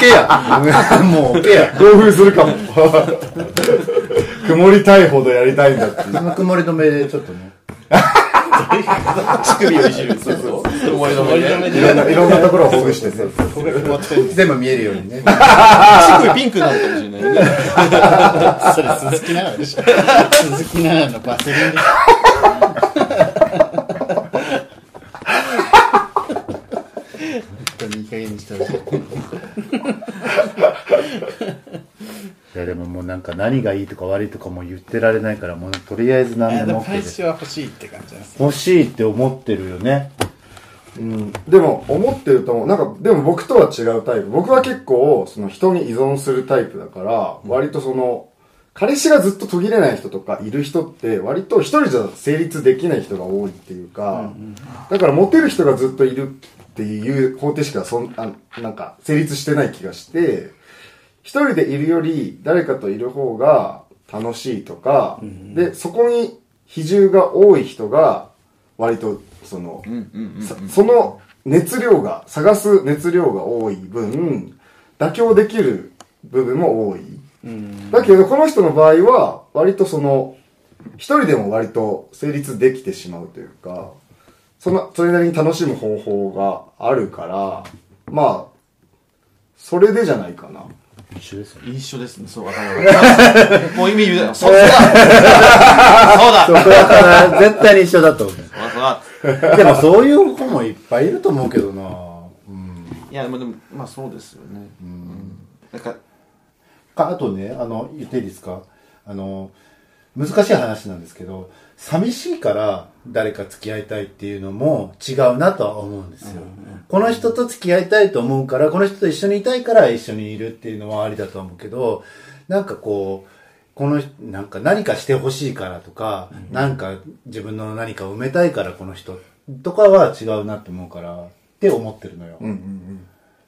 ケーや。もうオッケーや。興奮するかも。 曇りたいほどやりたいんだっていう。その曇り止めでちょっとね。乳首をいじるそうそう曇り止めでい ろんな、いろんなところをほぐしてね。全部見えるようにね。乳首ピンクになるかもしれないね それ鈴木奈々でしょ鈴木奈々のバセリンでしょ本当にいい加減にしてほしいいやでももうなんか何がいいとか悪いとかも言ってられないから、もうとりあえずあ何ででもも OK 最で初は欲しいって感じなんです欲しいって思ってるよね。でも、思ってると思う。なんか、でも僕とは違うタイプ。僕は結構、その人に依存するタイプだから、割とその、彼氏がずっと途切れない人とかいる人って、割と一人じゃ成立できない人が多いっていうか、だからモテる人がずっといるっていう方程式はそんあ、なんか、成立してない気がして、一人でいるより誰かといる方が楽しいとか、で、そこに比重が多い人が、割と、その、さその熱量が、探す熱量が多い分、妥協できる部分も多い。だけど、この人の場合は、割とその、一人でも割と成立できてしまうというか、その、それなりに楽しむ方法があるから、まあ、それでじゃないかな。一緒ですねそうわかるわか るもう意味言うだよそうだそうだそうだそこだから絶対に一緒だと思う。そうだでもそういう子もいっぱいいると思うけどないやでもでもまあそうですよねうんなんかかあとねあの言っていいですかあの難しい話なんですけど寂しいから誰か付き合いたいっていうのも違うなとは思うんですよ、この人と付き合いたいと思うからこの人と一緒にいたいから一緒にいるっていうのはありだとは思うけどなんかこうこの人なんか何かしてほしいからとか、なんか自分の何かを埋めたいからこの人とかは違うなと思うからって思ってるのよ、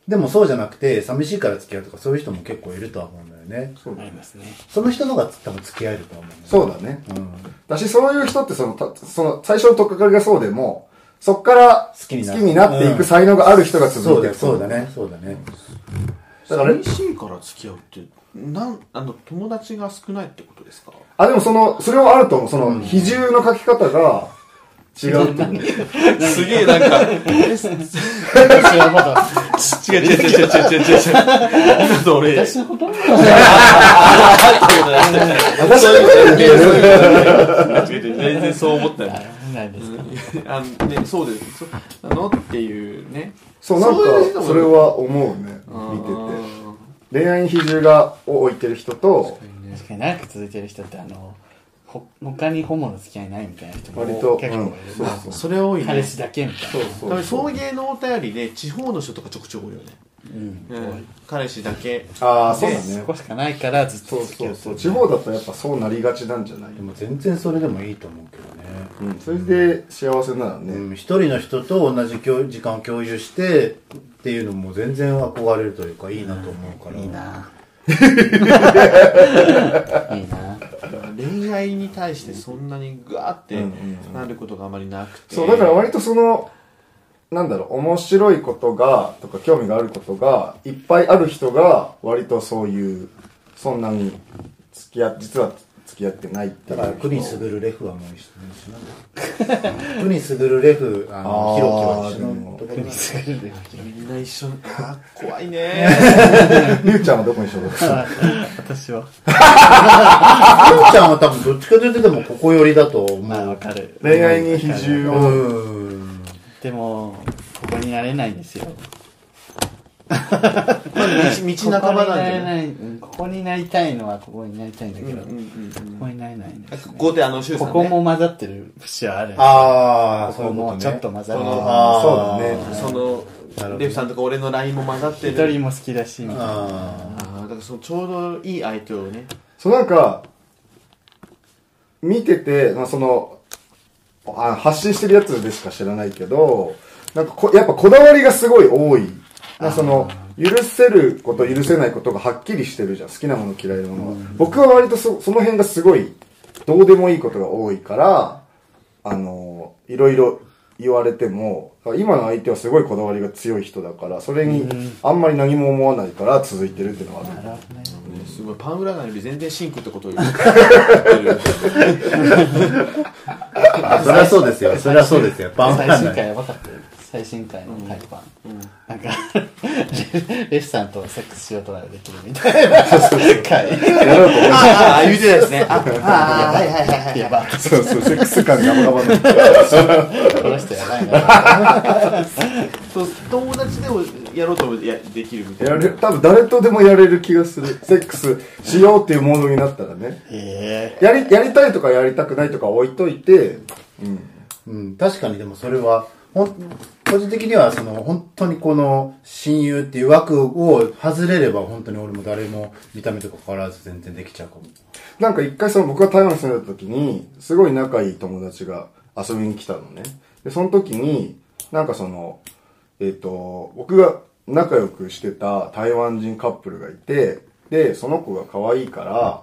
でもそうじゃなくて、寂しいから付き合うとかそういう人も結構いるとは思うんだよね。そうだありますねその人の方が多分付き合えると思うんだよね。そうだね。だし、そういう人ってその、たその、最初のとっかかりがそうでも、そっから好きになるっていく才能がある人がそ続いうていだ、く。そうだね。そうだね。寂しいから付き合うってなんあの友達が少ないってことですかあ、でもその、それはあると思う。その、比重の書き方が違うっていう。 すげえなんか私のこと違う違う違う違う違う違う今の俺私のこと私だけだよね違う違う全然そう思ったよないですかあのねそうですそうなのっていうねそう、なんそういう人か、もそれは思うね。見てて。恋愛に比重が置いてる人と、確かに長く続いてる人ってあのほ他にホモの付き合いないみたいな人も割結と構いる、うんそうそうそれ多い彼ね氏だけみたいな多分送迎のお便りで地方の人とかちょくちょく多いよねうん彼氏だけああ、そうだそね。こしかないからずっそとう付き合そうってそう。る地方だとやっぱそうなりがちなんじゃないでも全然それでもいいと思うけどね。うん。それで幸せならね。うん、一人の人と同じ共時間を共有してっていうのも全然憧れるというかいいなと思うから。いい ないいな恋愛に対してそんなにグワーってなることがあまりなくてそう、だから割とその、なんだろう、面白いことが、とか興味があることが、いっぱいある人が、割とそういう、そんなに、付き合、実は付き合ってないってだいうから、人クニスグルレフはもう一緒にしない。クニスグルレフ、あの、ヒロキは一緒のところなんですみんな一緒あ怖いねりゅうちゃんはどこに所属するの私は。ヒロちゃんは多分どっちかというとでもここ寄りだと思う。まあわかる。恋愛に比重うをん。でも、ここになれないんですよ。まあ道道半ばなんでねここになれないうんここになりたいのはここになりたいんだけど、うんうんうんここになれないんです、こね。こであのシュウさこんねこも混ざってる節はあるんですよああ、こそういこうこともね。ちょっと混ざってる。あーそのレフさんとか俺の LINE も混ざって一る人も好きだし、みたいな。ああーだからそのちょうどいい相手をねそうなんか、見てて、まあ、そのあ、発信してるやつでしか知らないけど、なんかこ、やっぱこだわりがすごい多い。なんかその、許せること、許せないことがはっきりしてるじゃん。好きなもの、嫌いなものは。僕は割とそその辺がすごい、どうでもいいことが多いから、あの、いろいろ言われても、今の相手はすごいこだわりが強い人だから、それにあんまり何も思わないから続いてるっていうのはある。すごいパン占いより全然シンクってことよ あ、そりゃそう ですよ。そりゃそうですよ。バンバ最ン新だね。回やばかったよ最新回の海パン、なんか レレフさんとセックスしようとならできるみたいな回ああ言うてたですねあやばそうそう、セックス感ガバガバの。この人やばいなそう友達でもやろうともやできるみたいやなれ多分誰とでもやれる気がする。セックスしようっていうモードになったらね。えやり、やりたいとかやりたくないとか置いといて、うん、確かにでもそれは、ほん、個人的にはその、本当にこの、親友っていう枠を外れれば、本当に俺も誰も見た目とか変わらず全然できちゃうかも。なんか一回その僕が台湾に住んでた時に、すごい仲いい友達が遊びに来たのね。で、その時に、なんかその、えっ、と、僕が仲良くしてた台湾人カップルがいて、で、その子が可愛いから、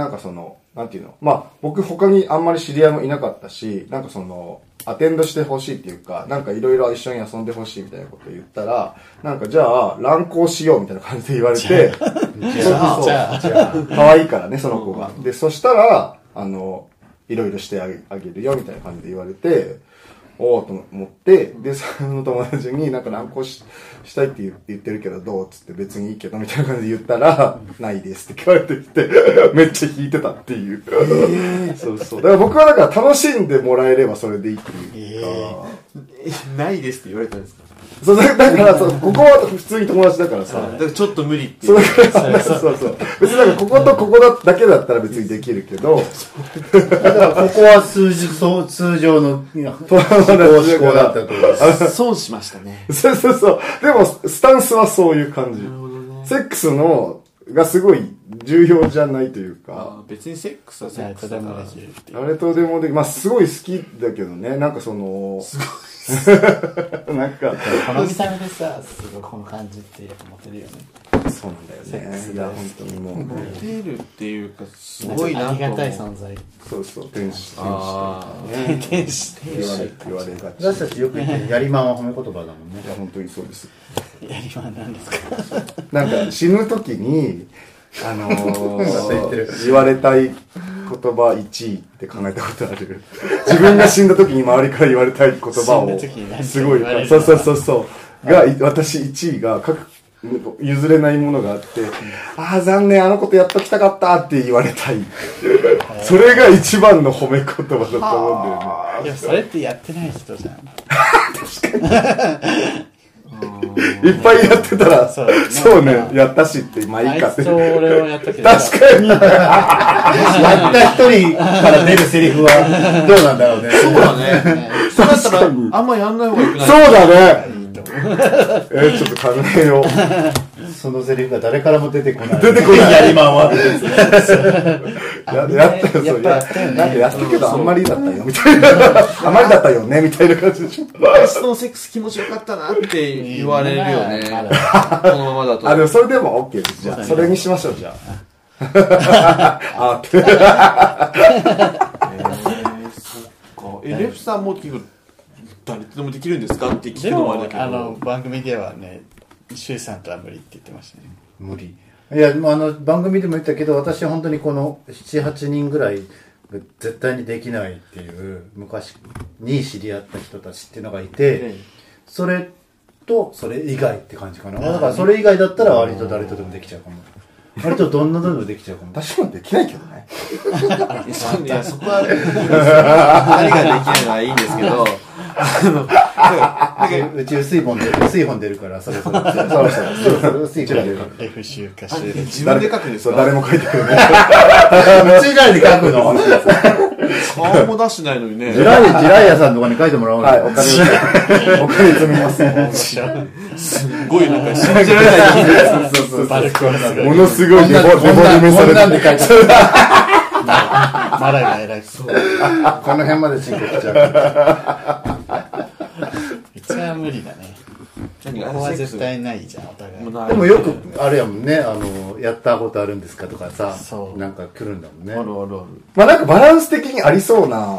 なんかその、なんていうのまあ、僕他にあんまり知り合いもいなかったし、なんかその、アテンドしてほしいっていうか、なんかいろいろ一緒に遊んでほしいみたいなこと言ったら、なんかじゃあ、乱行しようみたいな感じで言われて、そうそう 可愛いからね、その子が。で、そしたら、あの、いろいろしてあげあげるよみたいな感じで言われて、おおと思って、で、その友達になんか乱行ししたいって言言ってるけどどうっつって別にいいけどみたいな感じで言ったら、ないですって聞かれてきて、 めっちゃ引いてたっていう。そうそう。だから僕はだから楽しんでもらえればそれでいいっていうか。えないですって言われたんですかそうだだからそう、ここは普通に友達だからさ。だからちょっと無理ってそうだから、そうそう。別になんかこことここだだけだったら別にできるけど、だから、ここは数字、そう通常の、いや思考思考だったと思います。損しましたねそうそうそう。でも、スタンスはそういう感じ。セックスの、がすごい重要じゃないというか、あ別にセックスはセじゃッあクスとだてかもらできるっていうあれとでもで、まあ、すごい好きだけどね、なんかその、すごい。なんか、この見た目でさすごいこの感じって思ってるよねそうなんだよね。いや、本当にもう、モテるっていうかすすごいなとあり思うがたい存在そうそう、天使、天あー使という天かね、使言われ、言われ がち。い私たちよく言ってるやりまんは褒め言葉だもんね。や、本当にそうです。やりまんなんですかなんか死ぬ時に、あのー言ってる言われたい言葉1位って考えたことある。自分が死んだ時に周りから言われたい言葉死んだを時に何、かすごい言われ、るそうそうそうそう、が、い私1位が各、譲れないものがあって、ああ、残念、あのことやっときたかったって言われたい。それが一番の褒め言葉だと思うんだよね。いやそれってやってない人じゃんいっぱいやってたら、そそううねね、やったしって、まあいいあいかって。つと確俺をやったけどかに。やった一人から出るセリフは、どうなんだろうね。そうだねそうだったらあんまやんない方がよくないそうだね。 えーちょっと考えよう。そのセリフが誰からも 出てこない。出てこないやりまんは。ややったよ、そやっれ。やぱやったよねなんかやったけど、あんまりだったよ、みたいな。あまりだったよね、みたいな感じでしょ。私のセックス気持ちよかったなって言われるよねあるこのままだとあ、でもそれでも OK です。じゃあ、それにしましょう、じゃ あ。あって。えーそっかえレフさんも結構誰とでもできるんですかって聞くでのもあれもだけどあの番組ではねシュウさんとは無理って言ってましたね無理。いや、まああの、番組でも言ったけど、私は本当にこの7、8人ぐらい、絶対にできないっていう、昔に知り合った人たちっていうのがいて、それと、それ以外って感じかな。だから、それ以外だったら割と誰とでもできちゃうかも。割とどんなでもできちゃうかも。私もできないけどね。いやそいやそこは、何ができないのはいいんですけ ど、うち薄い本出る、薄い本出るから、それそれ。それそれ、それそれ薄い本出るから。 F 週か週で自分で書くんですそう、か誰も書いてくれない。うち以外で書くの顔も出してないのにね ジ、ライ、ジライヤさんとかに書いてもらおうはい、およ。金を、お金積みます。すごいなんか信じられない。そうそうバルコンすごいものすごいデフォデフォルメされてる。マラが偉いこの辺まで進行しちゃうから。うちは無理だね何こがこは絶対ないじゃんお互いもうな いでもよく、あれやもんね、あの、やったことあるんですかとかさそ、うなんか来るんだもんねあ。るあるあまあなんかバランス的にありそうな、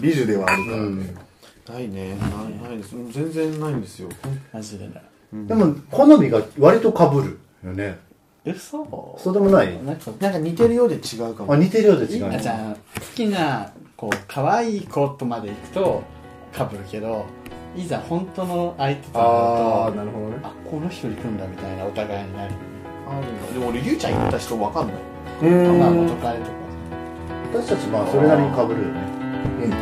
美女ではあるからね。る。ないね、ないないです。全然ないんですよ。マジでないでも、好みが割と被るよね。嘘そうでもないなんかなんか似てるようで違うかもあ、。似てるようで違りうなちね。ゃん好きなこう可愛い子とまで行くとかぶるけどいざ本当の相手とあなー、るとなるほどね。あこの人に来るんだみたいなお互いになるあるんだでも俺、ゆうちゃん言った人わかんない。うまあん。元彼とか私たち、まあ、それなりに被るよね。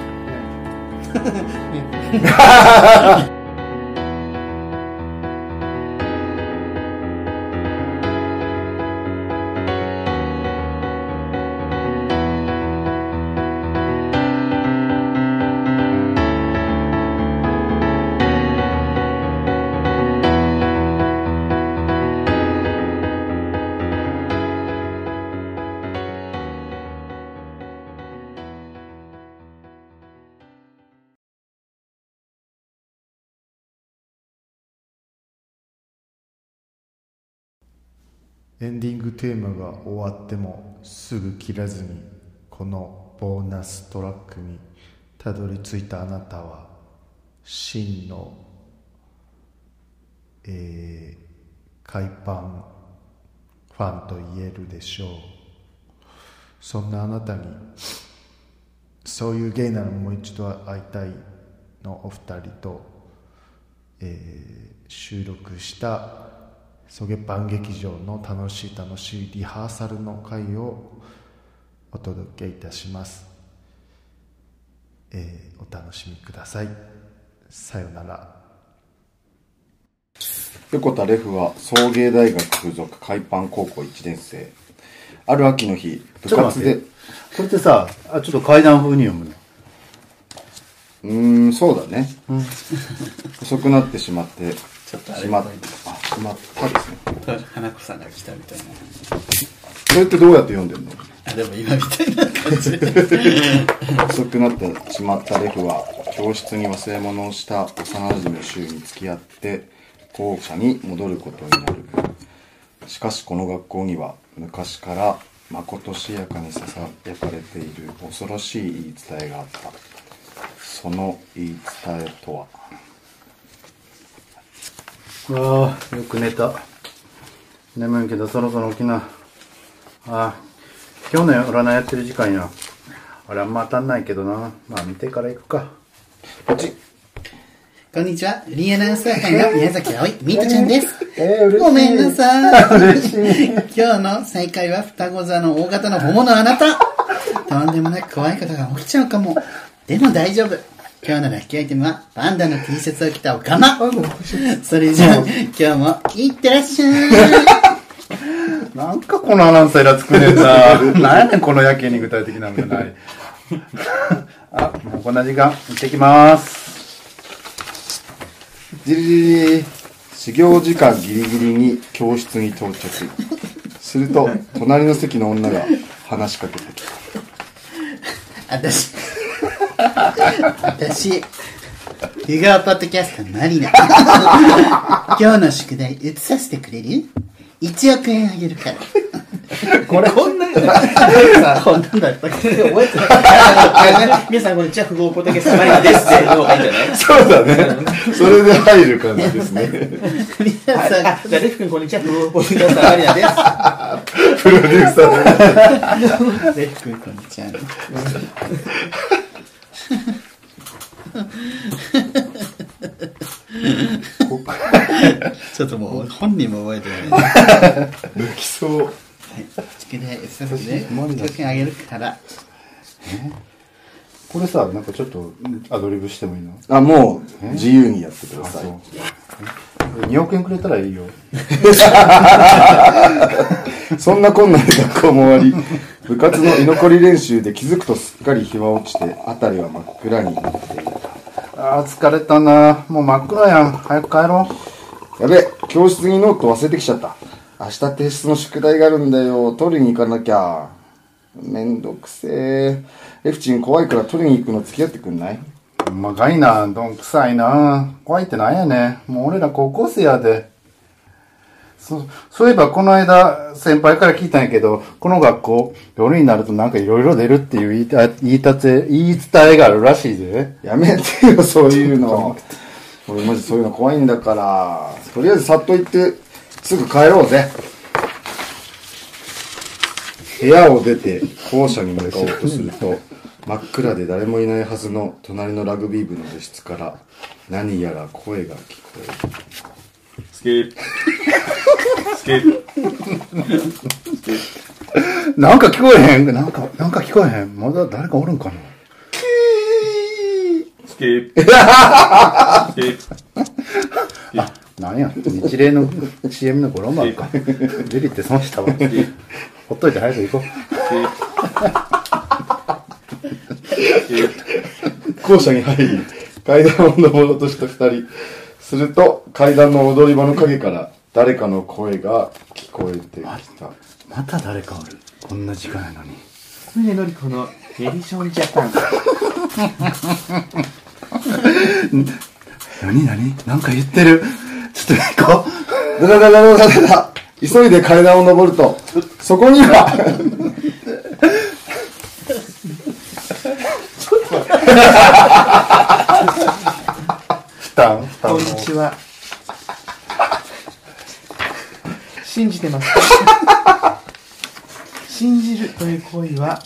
エンディングテーマが終わってもすぐ切らずにこのボーナストラックにたどり着いたあなたは真の、えー、海パンファンと言えるでしょうそんなあなたにそういうゲイならもう一度会いたいのお二人と、えー収録したソゲパン劇場の楽しい楽しいリハーサルの会をお届けいたします、えーお楽しみくださいさよなら横田レフは送迎大学附属海パン高校1年生。ある秋の日、部ちょっと活待っでて、。これってさ、あちょっと階段風に読むの。うーん、そうだね。遅くなってしまって、ちょっとあれしまった、あしまったですね。花子さんが来たみたいなそれってどうやって読んでんのあでも今みたいな感じ遅くなってしまったレフは教室に忘れ物をした幼馴染の周に付き合って校舎に戻ることになるしかしこの学校には昔からまことしやかにささやかれている恐ろしい言い伝えがあったその言い伝えとはああ、よく寝た。眠いけどそろそろ起きな。ああ、今日の占いやってる時間や。あれあんま当たんないけどな。まあ見てから行くか。こっちこんにちは、フリーアナウンサー会の宮崎葵、ミートちゃんです。えー嬉しいごめんなさい。 今日の再会は双子座の大型の桃のあなた。とんでもなく怖いことが起きちゃうかも。でも大丈夫。今日のラッキーアイテムは、パンダの T シャツを着たおかま。それじゃあ、今日も、いってらっしゃい。なんかこのアナウンサーイラつくねんな。なんやねんこのやけに具体的なのがない。 あ、もうこんな時間、行ってきます。じりじり始業時間ギリギリに教室に到着すると隣の席の女が話しかけてきた私、私、湯川ポッドキャストのマリナ。今日の宿題移させてくれる ?1 億円あげるから。これ、こんなんだった。こんなんだった。覚えてない。皆さん、こんにちは。不合ポテケサバイバです。の方がいいんじゃないそうだね。それで入る感じですね。皆さん、じゃあ、レフ君、こんにちは。不合ポテケサバイバです。 プロデューサーで。レフ君こんにちは。 ちょっともう本人も覚えてない。はい。抜きそう。チキンで、そうですね。もう一件あげるから。これさ、なんかちょっとアドリブしてもいいのあ、もう、自由にやってください。 ?2 億円くれたらいいよ。そんなこんなで学校も終わり、部活の居残り練習で気づくとすっかり日は落ちて、辺りは真っ暗になっていた。ああ、疲れたな。もう真っ暗やん。早く帰ろ。やべえ、教室にノート忘れてきちゃった。明日提出の宿題があるんだよ。取りに行かなきゃ。めんどくせえ。レフチン怖いから取りに行くの付き合ってくんないうまがいな。どんくさいな。怖いってなんやねん。もう俺ら高校生やで。そ、そういえばこの間、先輩から聞いたんやけど、この学校、夜になるとなんかいろいろ出るっていう言いた、言いたつ、言い伝えがあるらしいで。やめてよ、そういうの。俺マジそういうの怖いんだから。とりあえずさっと行って、すぐ帰ろうぜ。部屋を出 て、校舎に向かおうとすると、真っ暗で誰もいないはずの隣のラグビー部の部室から、何やら声が聞こえる。スキップ。スキップ。なんか聞こえへん。なんか、なんか聞こえへん。まだ誰かおるんかな。スキップ。スキップ。なんや、日例の CM の五郎丸か。デリって損したわ。ほっといて早く行こう。校舎に入り、階段を登ろうとした二人。すると、階段の踊り場の陰から、誰かの声が聞こえてきた。また誰かおる。こんな時間やのに。宗則子のエディションジャパン何何なんか言ってる。ちょっと行こだだだだだだだだ急いで階段を登ると、そこには、う。来たん来たんこんもうにちは信じてます 信じるという行為 は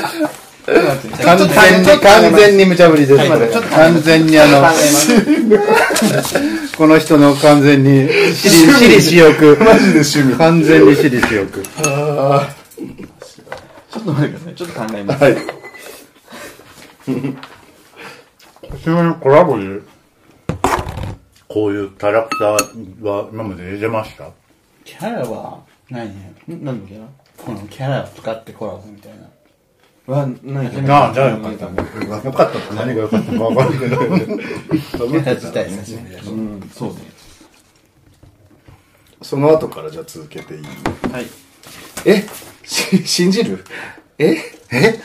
完全に、完全に無茶ぶりです。これ完全にあの、 この人の完全に、私利、私利私欲。マジで趣味。完全に私利私欲。ちょっと待ってください。ちょっと考えます。コラボでこういうキャラクターは今まで出てましたキャラは、何やんなんだっけなこのキャラを使ってコラボみたいな。わ、なんだっけなああ、じゃあよかった。よかったって何がよかったかわか んないけど。キャラ自体久しぶりだし。うん、そうね。その後からじゃあ続けていいはい。えし信じるええ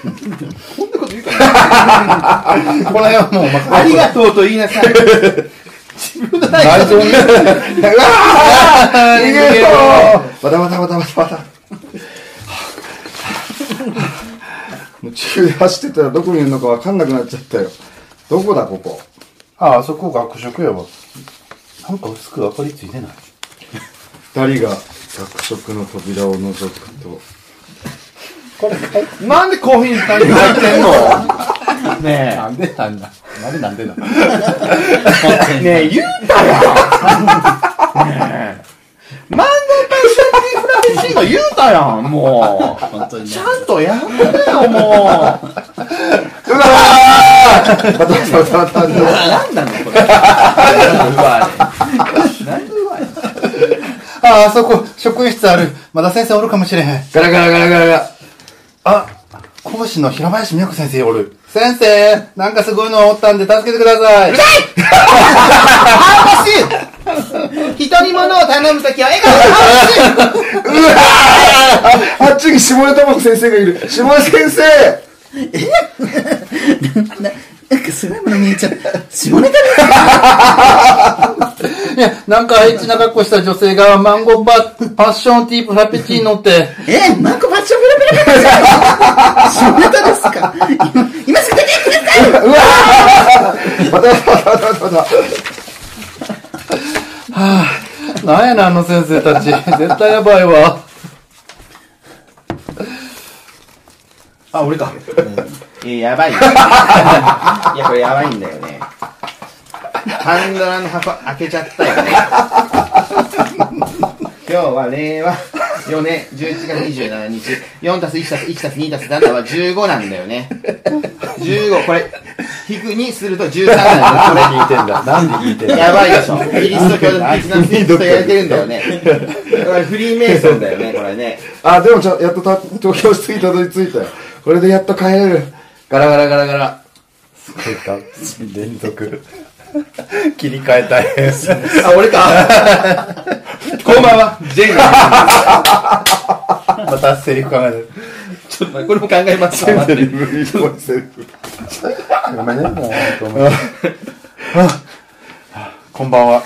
この辺はもう、まありがとうと言いなさい。大丈夫うわあ逃げようバタバタバタバタバタ。夢中で走ってたらどこにいるのかわかんなくなっちゃったよ。どこだ、ここ。あ、あそこ学食やわ。なんか薄く明かりついてない二人が学食の扉を覗くと、なんでコーヒーに足りないなんでなんだ。なんでなんでなんだ。ねえ、言うたやん。ねえ。漫画家シンディフライシーの言うたやん、も う。本当にねちゃんとやめてよ、もう。バタバタバタバタバタ。なんなの、これ。あ、あそこ、職員室ある。まだ先生おるかもしれへん。ガラガラガラガラガラ。あ、講師の平林美代子先生おる。先生、なんかすごいのおったんで助けてください。人に物を頼むときは笑顔で あっちに下根玉子先生がいる。下根先生なんかすごいもの見えちゃった。下ネタいや、なんかエッチな格好した女性がマンゴーバパッションティープラペチーノって、えマンコパッションペラペラペラペラ下ネタですか今、今すぐ出てくださいうわーまたまたまたまたなんやねんあの先生たち。 絶対やばいわ。あ、俺か。えや ばいよいやこれやばいんだよねパンドラの箱開けちゃったよ ね今日は令和4年11月27日4たす1たす1たす2たす7は15なんだよね15これ引く2すると13なんだよ聞いてんだなんで聞いてんこれやばいでしょキリスト教の イスラム教とやれてるんだよねこれフリーメイソンだよねこれねあでもちょやっとた東京室にたどり着いたよこれでやっと帰れるガラガラガラ ガラすごいか連続切り替えたいあ俺かこんばんはジェイですまたセリフ考えてちょっと待ってこれも考えますセリフ一本セリフごめんね、もう。 こんばんは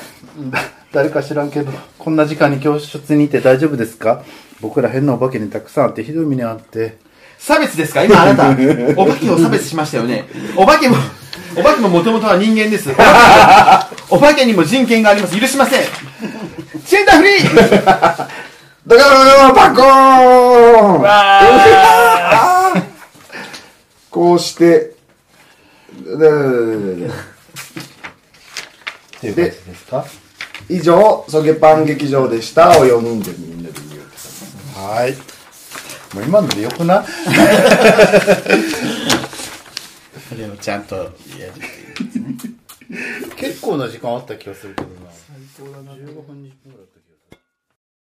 誰か知らんけど、こんな時間に教室にいて大丈夫ですか僕ら変なお化けにたくさんあって、ひどい目にあって。差別ですか今あなた、お化けを差別しましたよね。お化けも、お化けももともとは人間です。お化けお化けにも人権があります。許しません。シェンターフリーだからパコーンこうしてっででででていう感じですか以上「ソゲパン劇場でした」を4人でみんなで言うはい。もう今のでよくないそれをちゃんとやる結構な時間あった気がするけどな。 15分、20分ぐらいだった